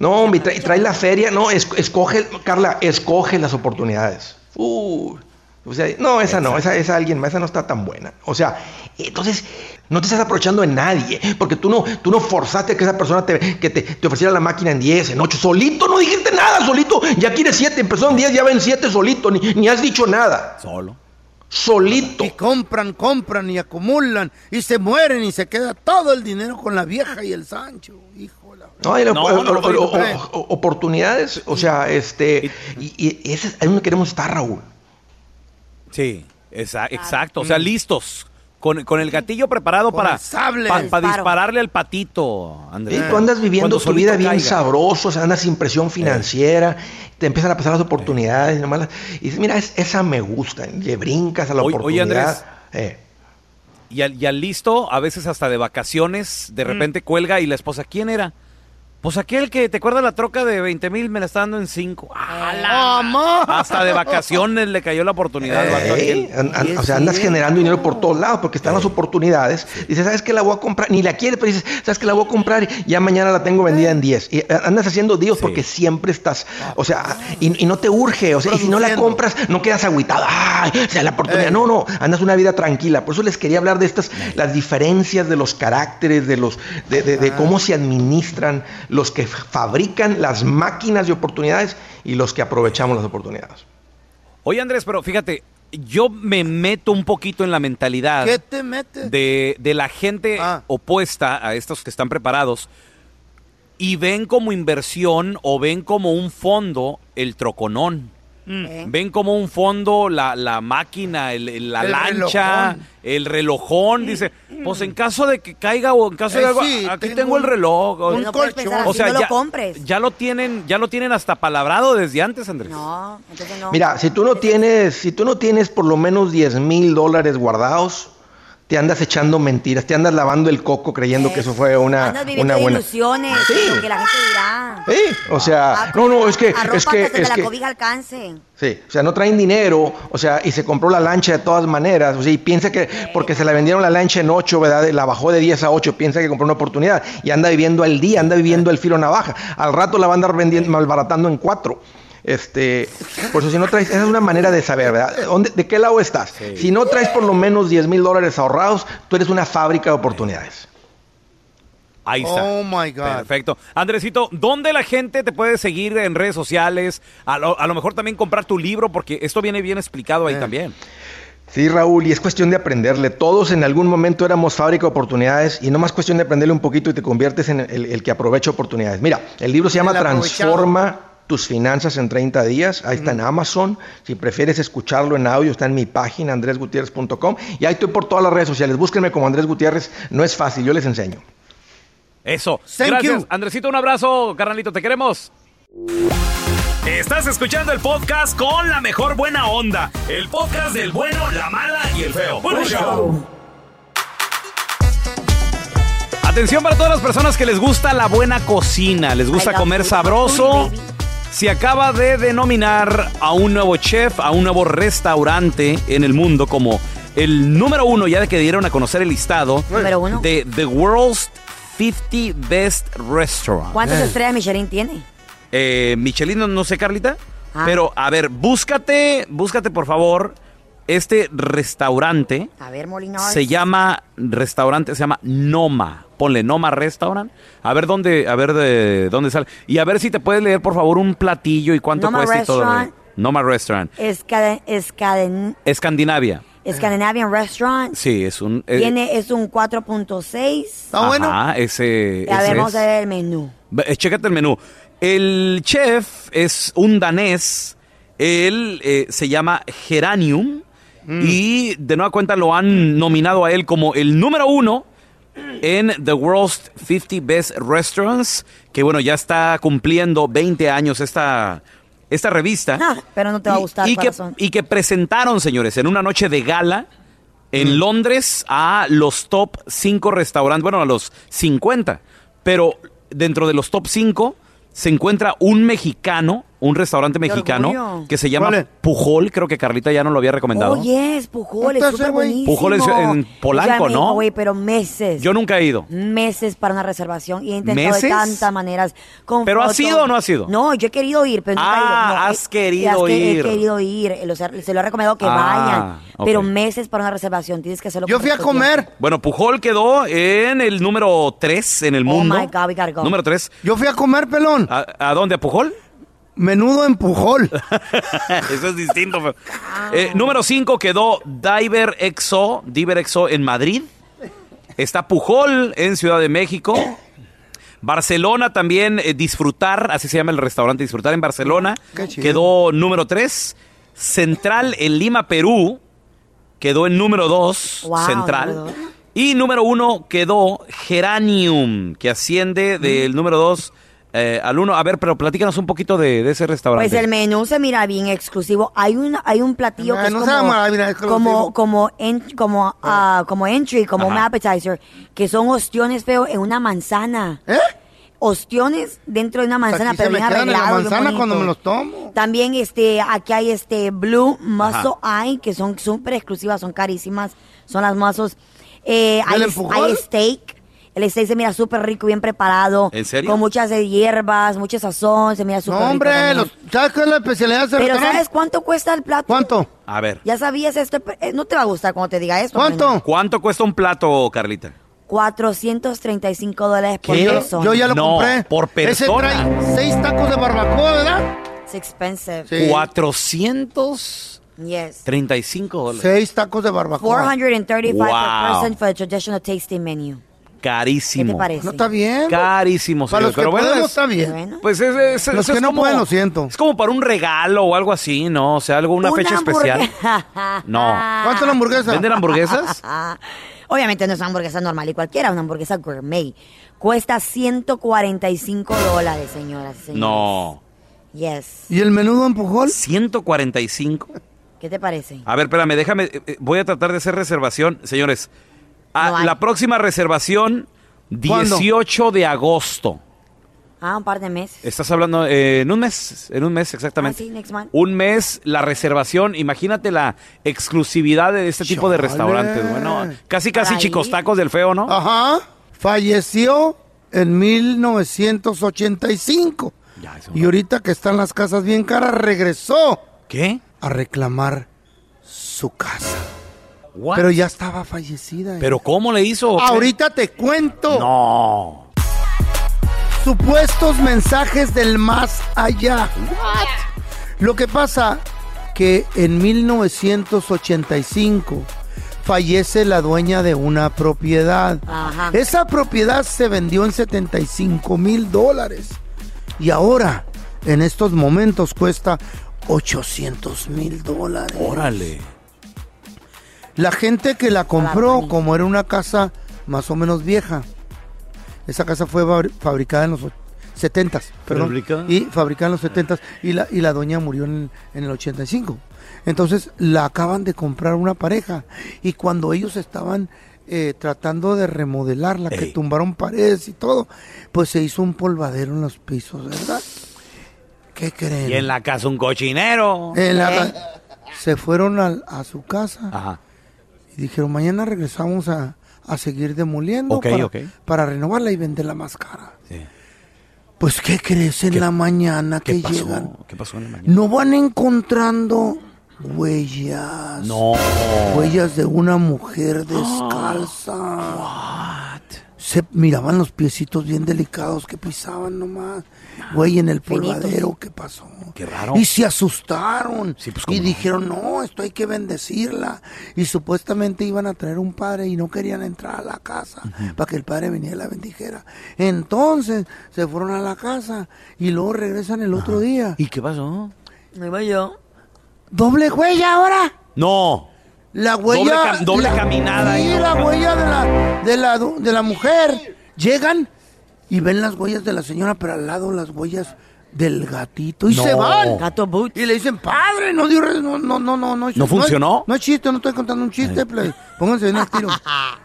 [SPEAKER 17] No, hombre, trae, trae la feria, no, es- escoge, Carla, escoge las oportunidades. Uh, o sea, no, esa no, esa, esa alguien, esa no está tan buena. O sea, entonces no te estás aprovechando de nadie, porque tú no, tú no forzaste que esa persona te, que te, te ofreciera la máquina en 10, en 8, solito, no dijiste nada, solito, ya quieres 7, empezó en 10, ya ven 7 solito, ni, ni has dicho nada.
[SPEAKER 18] Solo.
[SPEAKER 17] Solito.
[SPEAKER 4] Y compran, compran y acumulan y se mueren y se queda todo el dinero con la vieja y el Sancho.
[SPEAKER 17] No, y la-
[SPEAKER 4] No,
[SPEAKER 17] o-
[SPEAKER 4] no,
[SPEAKER 17] o- o-
[SPEAKER 4] no,
[SPEAKER 17] o-
[SPEAKER 4] no.
[SPEAKER 17] o- oportunidades, o sea, este, y, y ese, ahí es donde queremos estar, Raúl.
[SPEAKER 2] Sí, exa- exacto. O
[SPEAKER 4] Mm.
[SPEAKER 2] sea, listos. Con, con el gatillo preparado para,
[SPEAKER 17] el sable.
[SPEAKER 2] pa- pa
[SPEAKER 17] Disparo.
[SPEAKER 2] dispararle al patito, Andrés.
[SPEAKER 17] Sí, tú andas viviendo
[SPEAKER 2] Cuando
[SPEAKER 17] tu
[SPEAKER 2] solito
[SPEAKER 17] vida bien
[SPEAKER 2] caiga.
[SPEAKER 17] sabroso, o sea, andas sin presión financiera, te empiezan a pasar las oportunidades, nomás las- y dices, mira, es- esa me gusta, y le brincas a la
[SPEAKER 2] Oye, oye,
[SPEAKER 17] oportunidad.
[SPEAKER 2] Andrés.
[SPEAKER 17] Eh,
[SPEAKER 2] Y al, y al listo, a veces hasta de vacaciones,
[SPEAKER 4] Mm.
[SPEAKER 2] de repente cuelga y la esposa, ¿quién era? Pues aquel que, ¿te acuerdas la troca de 20 mil? Me la está dando en 5.
[SPEAKER 4] Eh. Oh,
[SPEAKER 2] Hasta de vacaciones le cayó la oportunidad. al vato
[SPEAKER 17] eh,
[SPEAKER 2] aquel.
[SPEAKER 17] an- an- o sea, andas generando dinero por todos lados porque están las oportunidades. Dices, ¿sabes qué la voy a comprar? Ni la quieres, pero dices, ¿sabes qué la voy a comprar? Ya mañana la tengo vendida en 10. Y eh, andas haciendo dios porque siempre estás, o sea,
[SPEAKER 2] Ah,
[SPEAKER 17] y, y no te urge, o sea, y si no la compras, no quedas agüitado. ¡Ay! O sea, la
[SPEAKER 2] Eh.
[SPEAKER 17] oportunidad. No, no, andas una vida tranquila. Por eso les quería hablar de estas, las diferencias de los caracteres, de los, de, de-
[SPEAKER 2] Ah.
[SPEAKER 17] de cómo se administran los que fabrican las máquinas de oportunidades y los que aprovechamos las oportunidades.
[SPEAKER 2] Oye, Andrés, pero fíjate, yo me meto un poquito en la mentalidad.
[SPEAKER 4] ¿Qué te metes?
[SPEAKER 2] de, de la gente
[SPEAKER 19] Ah.
[SPEAKER 2] opuesta a estos que están preparados y ven como inversión o ven como un fondo el troconón.
[SPEAKER 19] Mm.
[SPEAKER 2] Ven como un fondo la, la máquina, el- el- la
[SPEAKER 19] El
[SPEAKER 2] lancha,
[SPEAKER 19] relojón.
[SPEAKER 2] el relojón. Dice,
[SPEAKER 3] Mm.
[SPEAKER 2] pues en caso de que caiga o en caso de
[SPEAKER 19] Eh,
[SPEAKER 2] algo,
[SPEAKER 19] sí,
[SPEAKER 2] aquí tengo,
[SPEAKER 19] tengo
[SPEAKER 2] el
[SPEAKER 19] un-
[SPEAKER 2] reloj. o-
[SPEAKER 3] un No puedes colchón. pensar
[SPEAKER 2] O
[SPEAKER 3] así,
[SPEAKER 2] sea,
[SPEAKER 3] no lo
[SPEAKER 2] ya,
[SPEAKER 3] compres.
[SPEAKER 2] ya lo tienen, ya lo tienen hasta palabrado desde antes, Andrés.
[SPEAKER 3] No, entonces no.
[SPEAKER 17] Mira, si tú no tienes, si tú no tienes por lo menos 10 mil dólares guardados, te andas echando mentiras, te andas lavando el coco creyendo que eso fue una,
[SPEAKER 3] Andas viviendo
[SPEAKER 17] Ah, una
[SPEAKER 3] de
[SPEAKER 17] buena.
[SPEAKER 3] ilusiones, de lo que la gente dirá.
[SPEAKER 17] Sí, o
[SPEAKER 3] Ah,
[SPEAKER 17] sea, no, no, es que, Eh, es
[SPEAKER 3] Arrópate
[SPEAKER 17] que,
[SPEAKER 3] hasta que
[SPEAKER 17] es
[SPEAKER 3] la
[SPEAKER 17] que,
[SPEAKER 3] cobija alcance.
[SPEAKER 17] sí, o sea, no traen dinero, o sea, y se compró la lancha de todas maneras, o sea, y piensa que porque se la vendieron la lancha en 8, ¿verdad? La bajó de 10 a 8, piensa que compró una oportunidad y anda viviendo al día, anda viviendo al filo navaja, al rato la va a andar vendiendo, malbaratando en 4. Este, por eso si no traes, esa es una manera de saber, ¿verdad? ¿Dónde- ¿De qué lado estás? Si no traes por lo menos 10 mil dólares ahorrados, tú eres una fábrica de oportunidades.
[SPEAKER 2] Ahí está.
[SPEAKER 17] Oh,
[SPEAKER 4] my God.
[SPEAKER 2] Perfecto. Andresito, ¿dónde la gente te puede seguir en redes sociales? A lo, a lo mejor también comprar tu libro, porque esto viene bien explicado
[SPEAKER 17] Eh.
[SPEAKER 2] ahí también.
[SPEAKER 17] Sí, Raúl, y es cuestión de aprenderle. Todos en algún momento éramos fábrica de oportunidades y nomás cuestión de aprenderle un poquito y te conviertes en el, el que aprovecha oportunidades. Mira, el libro se llama
[SPEAKER 4] El aprovechado.
[SPEAKER 17] Transforma tus finanzas en 30 días. Ahí está en Amazon. Si prefieres escucharlo en audio, está en mi página andresgutierrez.com y ahí estoy por todas las redes sociales. Búsquenme como Andrés Gutiérrez. No es fácil, yo les enseño.
[SPEAKER 2] Eso.
[SPEAKER 17] Thank
[SPEAKER 2] Gracias.
[SPEAKER 17] you.
[SPEAKER 2] Andresito, un abrazo, carnalito, te queremos. Estás escuchando el podcast con la mejor buena onda. El podcast del bueno, la mala y el feo. Bueno, show. Atención para todas las personas que les gusta la buena cocina, les gusta comer sabroso. Se acaba de denominar a un nuevo chef, a un nuevo restaurante en el mundo como el número uno, ya de que dieron a conocer el listado
[SPEAKER 3] Número uno.
[SPEAKER 2] de The World's 50 Best Restaurants.
[SPEAKER 17] Eh.
[SPEAKER 3] ¿Cuántas estrellas Michelin tiene?
[SPEAKER 2] Eh, Michelin, no- no sé, Carlita.
[SPEAKER 3] Ah.
[SPEAKER 2] Pero, a ver, búscate, búscate, por favor, este restaurante.
[SPEAKER 3] A ver, Molina.
[SPEAKER 2] Se llama restaurante, se llama Noma. Ponle Noma Restaurant. A ver dónde, a ver de dónde sale. Y a ver si te puedes leer, por favor, un platillo y cuánto
[SPEAKER 3] Noma
[SPEAKER 17] este
[SPEAKER 2] cuesta y todo.
[SPEAKER 3] Restaurant.
[SPEAKER 2] güey. Noma Restaurant.
[SPEAKER 3] Escade- Escaden-
[SPEAKER 2] Escandinavia.
[SPEAKER 3] Scandinavian Restaurant.
[SPEAKER 2] Sí, es un. eh,
[SPEAKER 3] Tiene, es un 4.6. Está
[SPEAKER 2] ajá, ese.
[SPEAKER 3] A
[SPEAKER 2] ese
[SPEAKER 3] ver, vamos
[SPEAKER 2] Eh, es.
[SPEAKER 3] a ver el menú.
[SPEAKER 2] Ve- eh, Chécate el menú. El chef es un danés. Él eh, se llama Geranium. Y de nueva cuenta lo han nominado a él como el número uno en The World's 50 Best Restaurants. Que bueno, ya está cumpliendo 20 años esta, esta revista.
[SPEAKER 3] Ah, pero no te va a gustar,
[SPEAKER 2] y, que,
[SPEAKER 3] corazón.
[SPEAKER 2] y que presentaron, señores, en una noche de gala en
[SPEAKER 3] Mm.
[SPEAKER 2] Londres a los top 5 restaurantes, bueno, a los 50, pero dentro de los top 5 se encuentra un mexicano, un restaurante mexicano
[SPEAKER 3] orgullo.
[SPEAKER 2] que se llama
[SPEAKER 3] ¿Cuál es?
[SPEAKER 2] Pujol, creo que Carlita ya no lo había recomendado.
[SPEAKER 3] Oye, es Pujol, es súper buenísimo.
[SPEAKER 2] Pujol es en Polanco,
[SPEAKER 3] Ya me dijo,
[SPEAKER 2] ¿no?
[SPEAKER 3] Güey, pero meses.
[SPEAKER 2] Yo nunca he ido.
[SPEAKER 3] Meses para una reservación y he intentado
[SPEAKER 2] ¿Meses?
[SPEAKER 3] de tantas maneras. con
[SPEAKER 2] ¿Pero has
[SPEAKER 3] foto.
[SPEAKER 2] ido o no has ido?
[SPEAKER 3] No, yo he querido ir, pero nunca he ido.
[SPEAKER 2] Ah,
[SPEAKER 3] No, eh,
[SPEAKER 2] has
[SPEAKER 3] he-
[SPEAKER 2] querido
[SPEAKER 3] he-
[SPEAKER 2] ir.
[SPEAKER 3] He querido ir, eh, o sea, se lo he recomendado que
[SPEAKER 2] Ah,
[SPEAKER 3] vayan,
[SPEAKER 2] ok.
[SPEAKER 3] pero meses para una reservación, tienes que hacerlo.
[SPEAKER 4] Yo
[SPEAKER 3] con
[SPEAKER 4] fui a
[SPEAKER 3] mucho tiempo.
[SPEAKER 4] comer.
[SPEAKER 2] Bueno, Pujol quedó en el número 3 en el
[SPEAKER 3] Oh
[SPEAKER 2] mundo.
[SPEAKER 3] my God, we gotta go.
[SPEAKER 2] Número 3.
[SPEAKER 4] Yo fui a comer, pelón.
[SPEAKER 2] ¿A, a dónde? ¿A Pujol?
[SPEAKER 4] Menudo empujol.
[SPEAKER 2] Eso es distinto. pero- Eh, número 5 quedó Diver Exo, Diver Exo en Madrid. Está Pujol en Ciudad de México. Barcelona también, eh, Disfrutar, así se llama el restaurante Disfrutar en Barcelona.
[SPEAKER 4] Qué chido.
[SPEAKER 2] Quedó número 3. Central en Lima, Perú. Quedó en número 2,
[SPEAKER 3] Wow,
[SPEAKER 2] Central.
[SPEAKER 3] número dos.
[SPEAKER 2] Y número 1 quedó Geranium, que asciende
[SPEAKER 3] Mm.
[SPEAKER 2] del número 2 al 1. A ver, pero platícanos un poquito de, de ese restaurante.
[SPEAKER 3] Pues el menú se mira bien exclusivo. Hay un, hay un platillo
[SPEAKER 4] Ah,
[SPEAKER 3] que es
[SPEAKER 4] no se
[SPEAKER 3] como,
[SPEAKER 4] llama bien exclusivo. Eh.
[SPEAKER 3] como, como, en- como, ah, como entry, como un
[SPEAKER 4] Ajá.
[SPEAKER 3] appetizer, que son ostiones feos en una manzana. Ostiones dentro de una manzana,
[SPEAKER 4] ¿Eh? Aquí se
[SPEAKER 3] pero
[SPEAKER 4] me
[SPEAKER 3] bien
[SPEAKER 4] quedan en la
[SPEAKER 3] arreglado. bien
[SPEAKER 4] manzana
[SPEAKER 3] bonito.
[SPEAKER 4] cuando me los tomo.
[SPEAKER 3] También este, aquí hay este Blue Muscle
[SPEAKER 4] Ajá.
[SPEAKER 3] Eye, que son súper exclusivas, son carísimas, son las mussels. Eh,
[SPEAKER 4] ¿Del
[SPEAKER 3] hay,
[SPEAKER 4] empujón?
[SPEAKER 3] hay steak. El steak se mira súper rico, bien preparado.
[SPEAKER 4] ¿En serio?
[SPEAKER 3] Con muchas eh, hierbas, mucha sazón, se mira súper
[SPEAKER 4] No,
[SPEAKER 3] rico
[SPEAKER 4] hombre,
[SPEAKER 3] también.
[SPEAKER 4] los, ¿sabes cuál es la especialidad de ese
[SPEAKER 3] Pero
[SPEAKER 4] restaurante?
[SPEAKER 3] ¿sabes cuánto cuesta el plato?
[SPEAKER 4] ¿Cuánto?
[SPEAKER 2] A ver.
[SPEAKER 3] Ya sabías esto, pero, eh, no te va a gustar cuando te diga esto. Reina.
[SPEAKER 2] ¿Cuánto cuesta un plato, Carlita?
[SPEAKER 3] 435 dólares por
[SPEAKER 2] ¿Qué?
[SPEAKER 3] persona.
[SPEAKER 2] Yo ya lo No, compré. por persona.
[SPEAKER 3] Ese
[SPEAKER 4] trae seis tacos de barbacoa, ¿verdad?
[SPEAKER 3] It's expensive.
[SPEAKER 2] 435
[SPEAKER 3] Yes.
[SPEAKER 2] dólares.
[SPEAKER 4] Seis tacos de barbacoa.
[SPEAKER 3] 435 per
[SPEAKER 2] Wow.
[SPEAKER 3] person for the traditional tasting menu.
[SPEAKER 2] Carísimo.
[SPEAKER 3] ¿Qué te parece? No está
[SPEAKER 4] bien.
[SPEAKER 2] Carísimo,
[SPEAKER 4] Para
[SPEAKER 2] señor.
[SPEAKER 4] los que
[SPEAKER 2] Pero bueno,
[SPEAKER 4] podemos
[SPEAKER 2] es-
[SPEAKER 4] está bien.
[SPEAKER 2] Pues es, es-
[SPEAKER 4] Los
[SPEAKER 2] es-
[SPEAKER 4] que
[SPEAKER 2] es
[SPEAKER 4] no
[SPEAKER 2] como-
[SPEAKER 4] pueden, lo siento.
[SPEAKER 2] Es como para un regalo o algo así, ¿no? O sea, algo, una, fecha especial.
[SPEAKER 3] hamburguesa.
[SPEAKER 2] No. ¿Cuánto la hamburguesa? ¿Venden hamburguesas?
[SPEAKER 3] Obviamente no es una hamburguesa normal y cualquiera, una hamburguesa gourmet. Cuesta 145 dólares, señoras y señores.
[SPEAKER 2] No.
[SPEAKER 3] Yes.
[SPEAKER 4] ¿Y el menudo empujol?
[SPEAKER 2] 145.
[SPEAKER 3] ¿Qué te parece?
[SPEAKER 2] A ver, espérame, déjame. eh, eh, Voy a tratar de hacer reservación. Señores, a- la próxima reservación,
[SPEAKER 3] ¿Cuándo?
[SPEAKER 2] 18 de agosto.
[SPEAKER 3] Ah, un par de meses.
[SPEAKER 2] Estás hablando eh, en un mes, en un mes
[SPEAKER 3] Ah,
[SPEAKER 2] exactamente.
[SPEAKER 3] sí, next month.
[SPEAKER 2] Un mes la reservación, imagínate la exclusividad de este tipo de restaurantes. Bueno, casi casi
[SPEAKER 4] Para
[SPEAKER 2] chicos
[SPEAKER 4] ir.
[SPEAKER 2] tacos del feo, ¿no?
[SPEAKER 4] Ajá. Ah, Falleció en 1985. y ahorita que están las casas bien caras, regresó.
[SPEAKER 2] ¿Qué?
[SPEAKER 4] A reclamar su casa.
[SPEAKER 2] What?
[SPEAKER 4] Pero ya estaba fallecida. eh.
[SPEAKER 2] Pero ¿cómo le hizo? o qué?
[SPEAKER 4] Ahorita te cuento.
[SPEAKER 2] No.
[SPEAKER 4] Supuestos mensajes del más allá. Lo que pasa que en 1985 fallece la dueña de una propiedad.
[SPEAKER 3] Ajá.
[SPEAKER 4] Esa propiedad se vendió en 75 mil dólares. Y ahora, en estos momentos, cuesta 800 mil dólares.
[SPEAKER 2] Órale.
[SPEAKER 4] La gente que la compró, como era una casa más o menos vieja, esa casa fue fabri- fabricada en los 70 perdón,
[SPEAKER 2] ¿Fabricada?
[SPEAKER 4] y fabricada en los 70 y la, y la doña murió en, en el 85. Entonces la acaban de comprar una pareja y cuando ellos estaban eh, tratando de remodelarla, que tumbaron paredes y todo, pues se hizo un polvadero en los pisos, ¿verdad? ¿Qué creen?
[SPEAKER 2] Y en la casa un cochinero.
[SPEAKER 4] En la- Se fueron al- a su casa
[SPEAKER 2] Ajá.
[SPEAKER 4] y dijeron, mañana regresamos a, a seguir demoliendo
[SPEAKER 2] Ok,
[SPEAKER 4] para,
[SPEAKER 2] ok.
[SPEAKER 4] para renovarla y venderla más cara. Pues, ¿qué crees en la mañana que llegan?
[SPEAKER 2] ¿Qué pasó en la mañana?
[SPEAKER 4] No van encontrando huellas.
[SPEAKER 2] No.
[SPEAKER 4] Huellas de una mujer descalza. Se miraban los piecitos bien delicados que pisaban nomás. Güey, en el
[SPEAKER 20] Finitos.
[SPEAKER 4] polvadero, ¿qué pasó?
[SPEAKER 20] Qué
[SPEAKER 4] Y se asustaron. y
[SPEAKER 2] pues,
[SPEAKER 20] no.
[SPEAKER 4] dijeron, no, esto hay que bendecirla. Y supuestamente iban a traer un padre y no querían entrar a la casa para que el padre viniera y la bendijera. Entonces se fueron a la casa y luego regresan el otro día.
[SPEAKER 2] ¿Y qué pasó?
[SPEAKER 4] Me voy yo. Doble huella ahora.
[SPEAKER 2] No.
[SPEAKER 4] La
[SPEAKER 2] Doble
[SPEAKER 4] huella.
[SPEAKER 2] cam- doble
[SPEAKER 4] la-
[SPEAKER 2] caminada ahí,
[SPEAKER 4] Sí,
[SPEAKER 2] ¿no?
[SPEAKER 4] la huella de la, de, la, du- de la mujer. Llegan y ven las huellas de la señora, pero al lado las huellas del gatito. Y
[SPEAKER 20] No.
[SPEAKER 4] se van. Y le dicen, padre, no dio. re- No, no, no, no. ¿No, es-
[SPEAKER 20] funcionó?
[SPEAKER 4] No, es chiste, no estoy contando un
[SPEAKER 2] Eh,
[SPEAKER 4] chiste, play. Pónganse bien al tiro.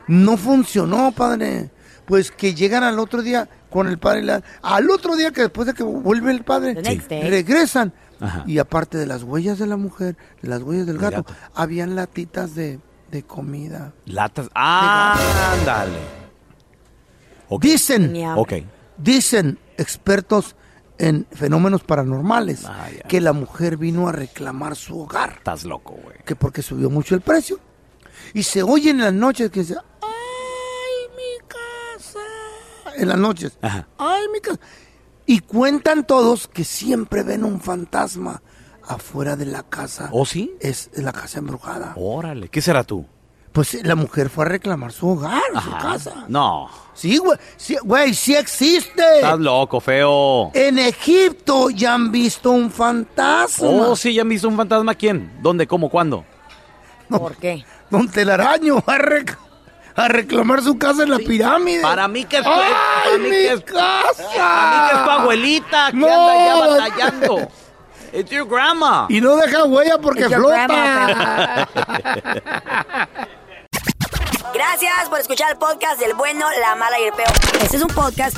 [SPEAKER 4] No funcionó, padre. Pues que llegan al otro día con el padre. y la- al otro día que después de que vuelve el padre,
[SPEAKER 20] The next day.
[SPEAKER 4] regresan.
[SPEAKER 20] Ajá.
[SPEAKER 4] Y aparte de las huellas de la mujer, de las huellas del
[SPEAKER 2] El
[SPEAKER 4] gato,
[SPEAKER 2] gato.
[SPEAKER 4] habían latitas de, de comida.
[SPEAKER 2] Latas. Ah, ándale.
[SPEAKER 4] Dicen,
[SPEAKER 2] Ni hablo. Ok.
[SPEAKER 4] dicen expertos en fenómenos paranormales que la mujer vino a reclamar su hogar,
[SPEAKER 2] Ah, Estás loco, güey.
[SPEAKER 4] que porque subió mucho el precio. Y se oye en las noches que dice, en las noches. Ay, mi casa. Y cuentan todos que siempre ven un fantasma afuera de la casa.
[SPEAKER 2] ¿Oh, sí?
[SPEAKER 4] Es la casa embrujada.
[SPEAKER 2] Órale. ¿Qué será tú?
[SPEAKER 4] Pues eh, la mujer fue a reclamar su hogar, su casa.
[SPEAKER 2] No.
[SPEAKER 4] Sí, güey, sí, güey, sí existe.
[SPEAKER 2] Estás loco, feo.
[SPEAKER 4] En Egipto ya han visto un fantasma.
[SPEAKER 2] Oh, sí, ya me hizo un fantasma. ¿Quién? ¿Dónde? ¿Cómo? ¿Cuándo?
[SPEAKER 4] ¿Por qué? Don Telaraño va a, rec- a reclamar su casa en la pirámide. Para
[SPEAKER 2] mí que es...
[SPEAKER 4] ¡Ay,
[SPEAKER 2] para mí
[SPEAKER 4] mi
[SPEAKER 2] que es-
[SPEAKER 4] casa!
[SPEAKER 2] Para mí que es tu abuelita que
[SPEAKER 4] No.
[SPEAKER 2] anda ya batallando. It's your grandma.
[SPEAKER 4] Y no deja huella porque
[SPEAKER 3] Es your
[SPEAKER 4] flota.
[SPEAKER 3] grandma. Gracias por escuchar el podcast del bueno, la mala y el peor. Este es un podcast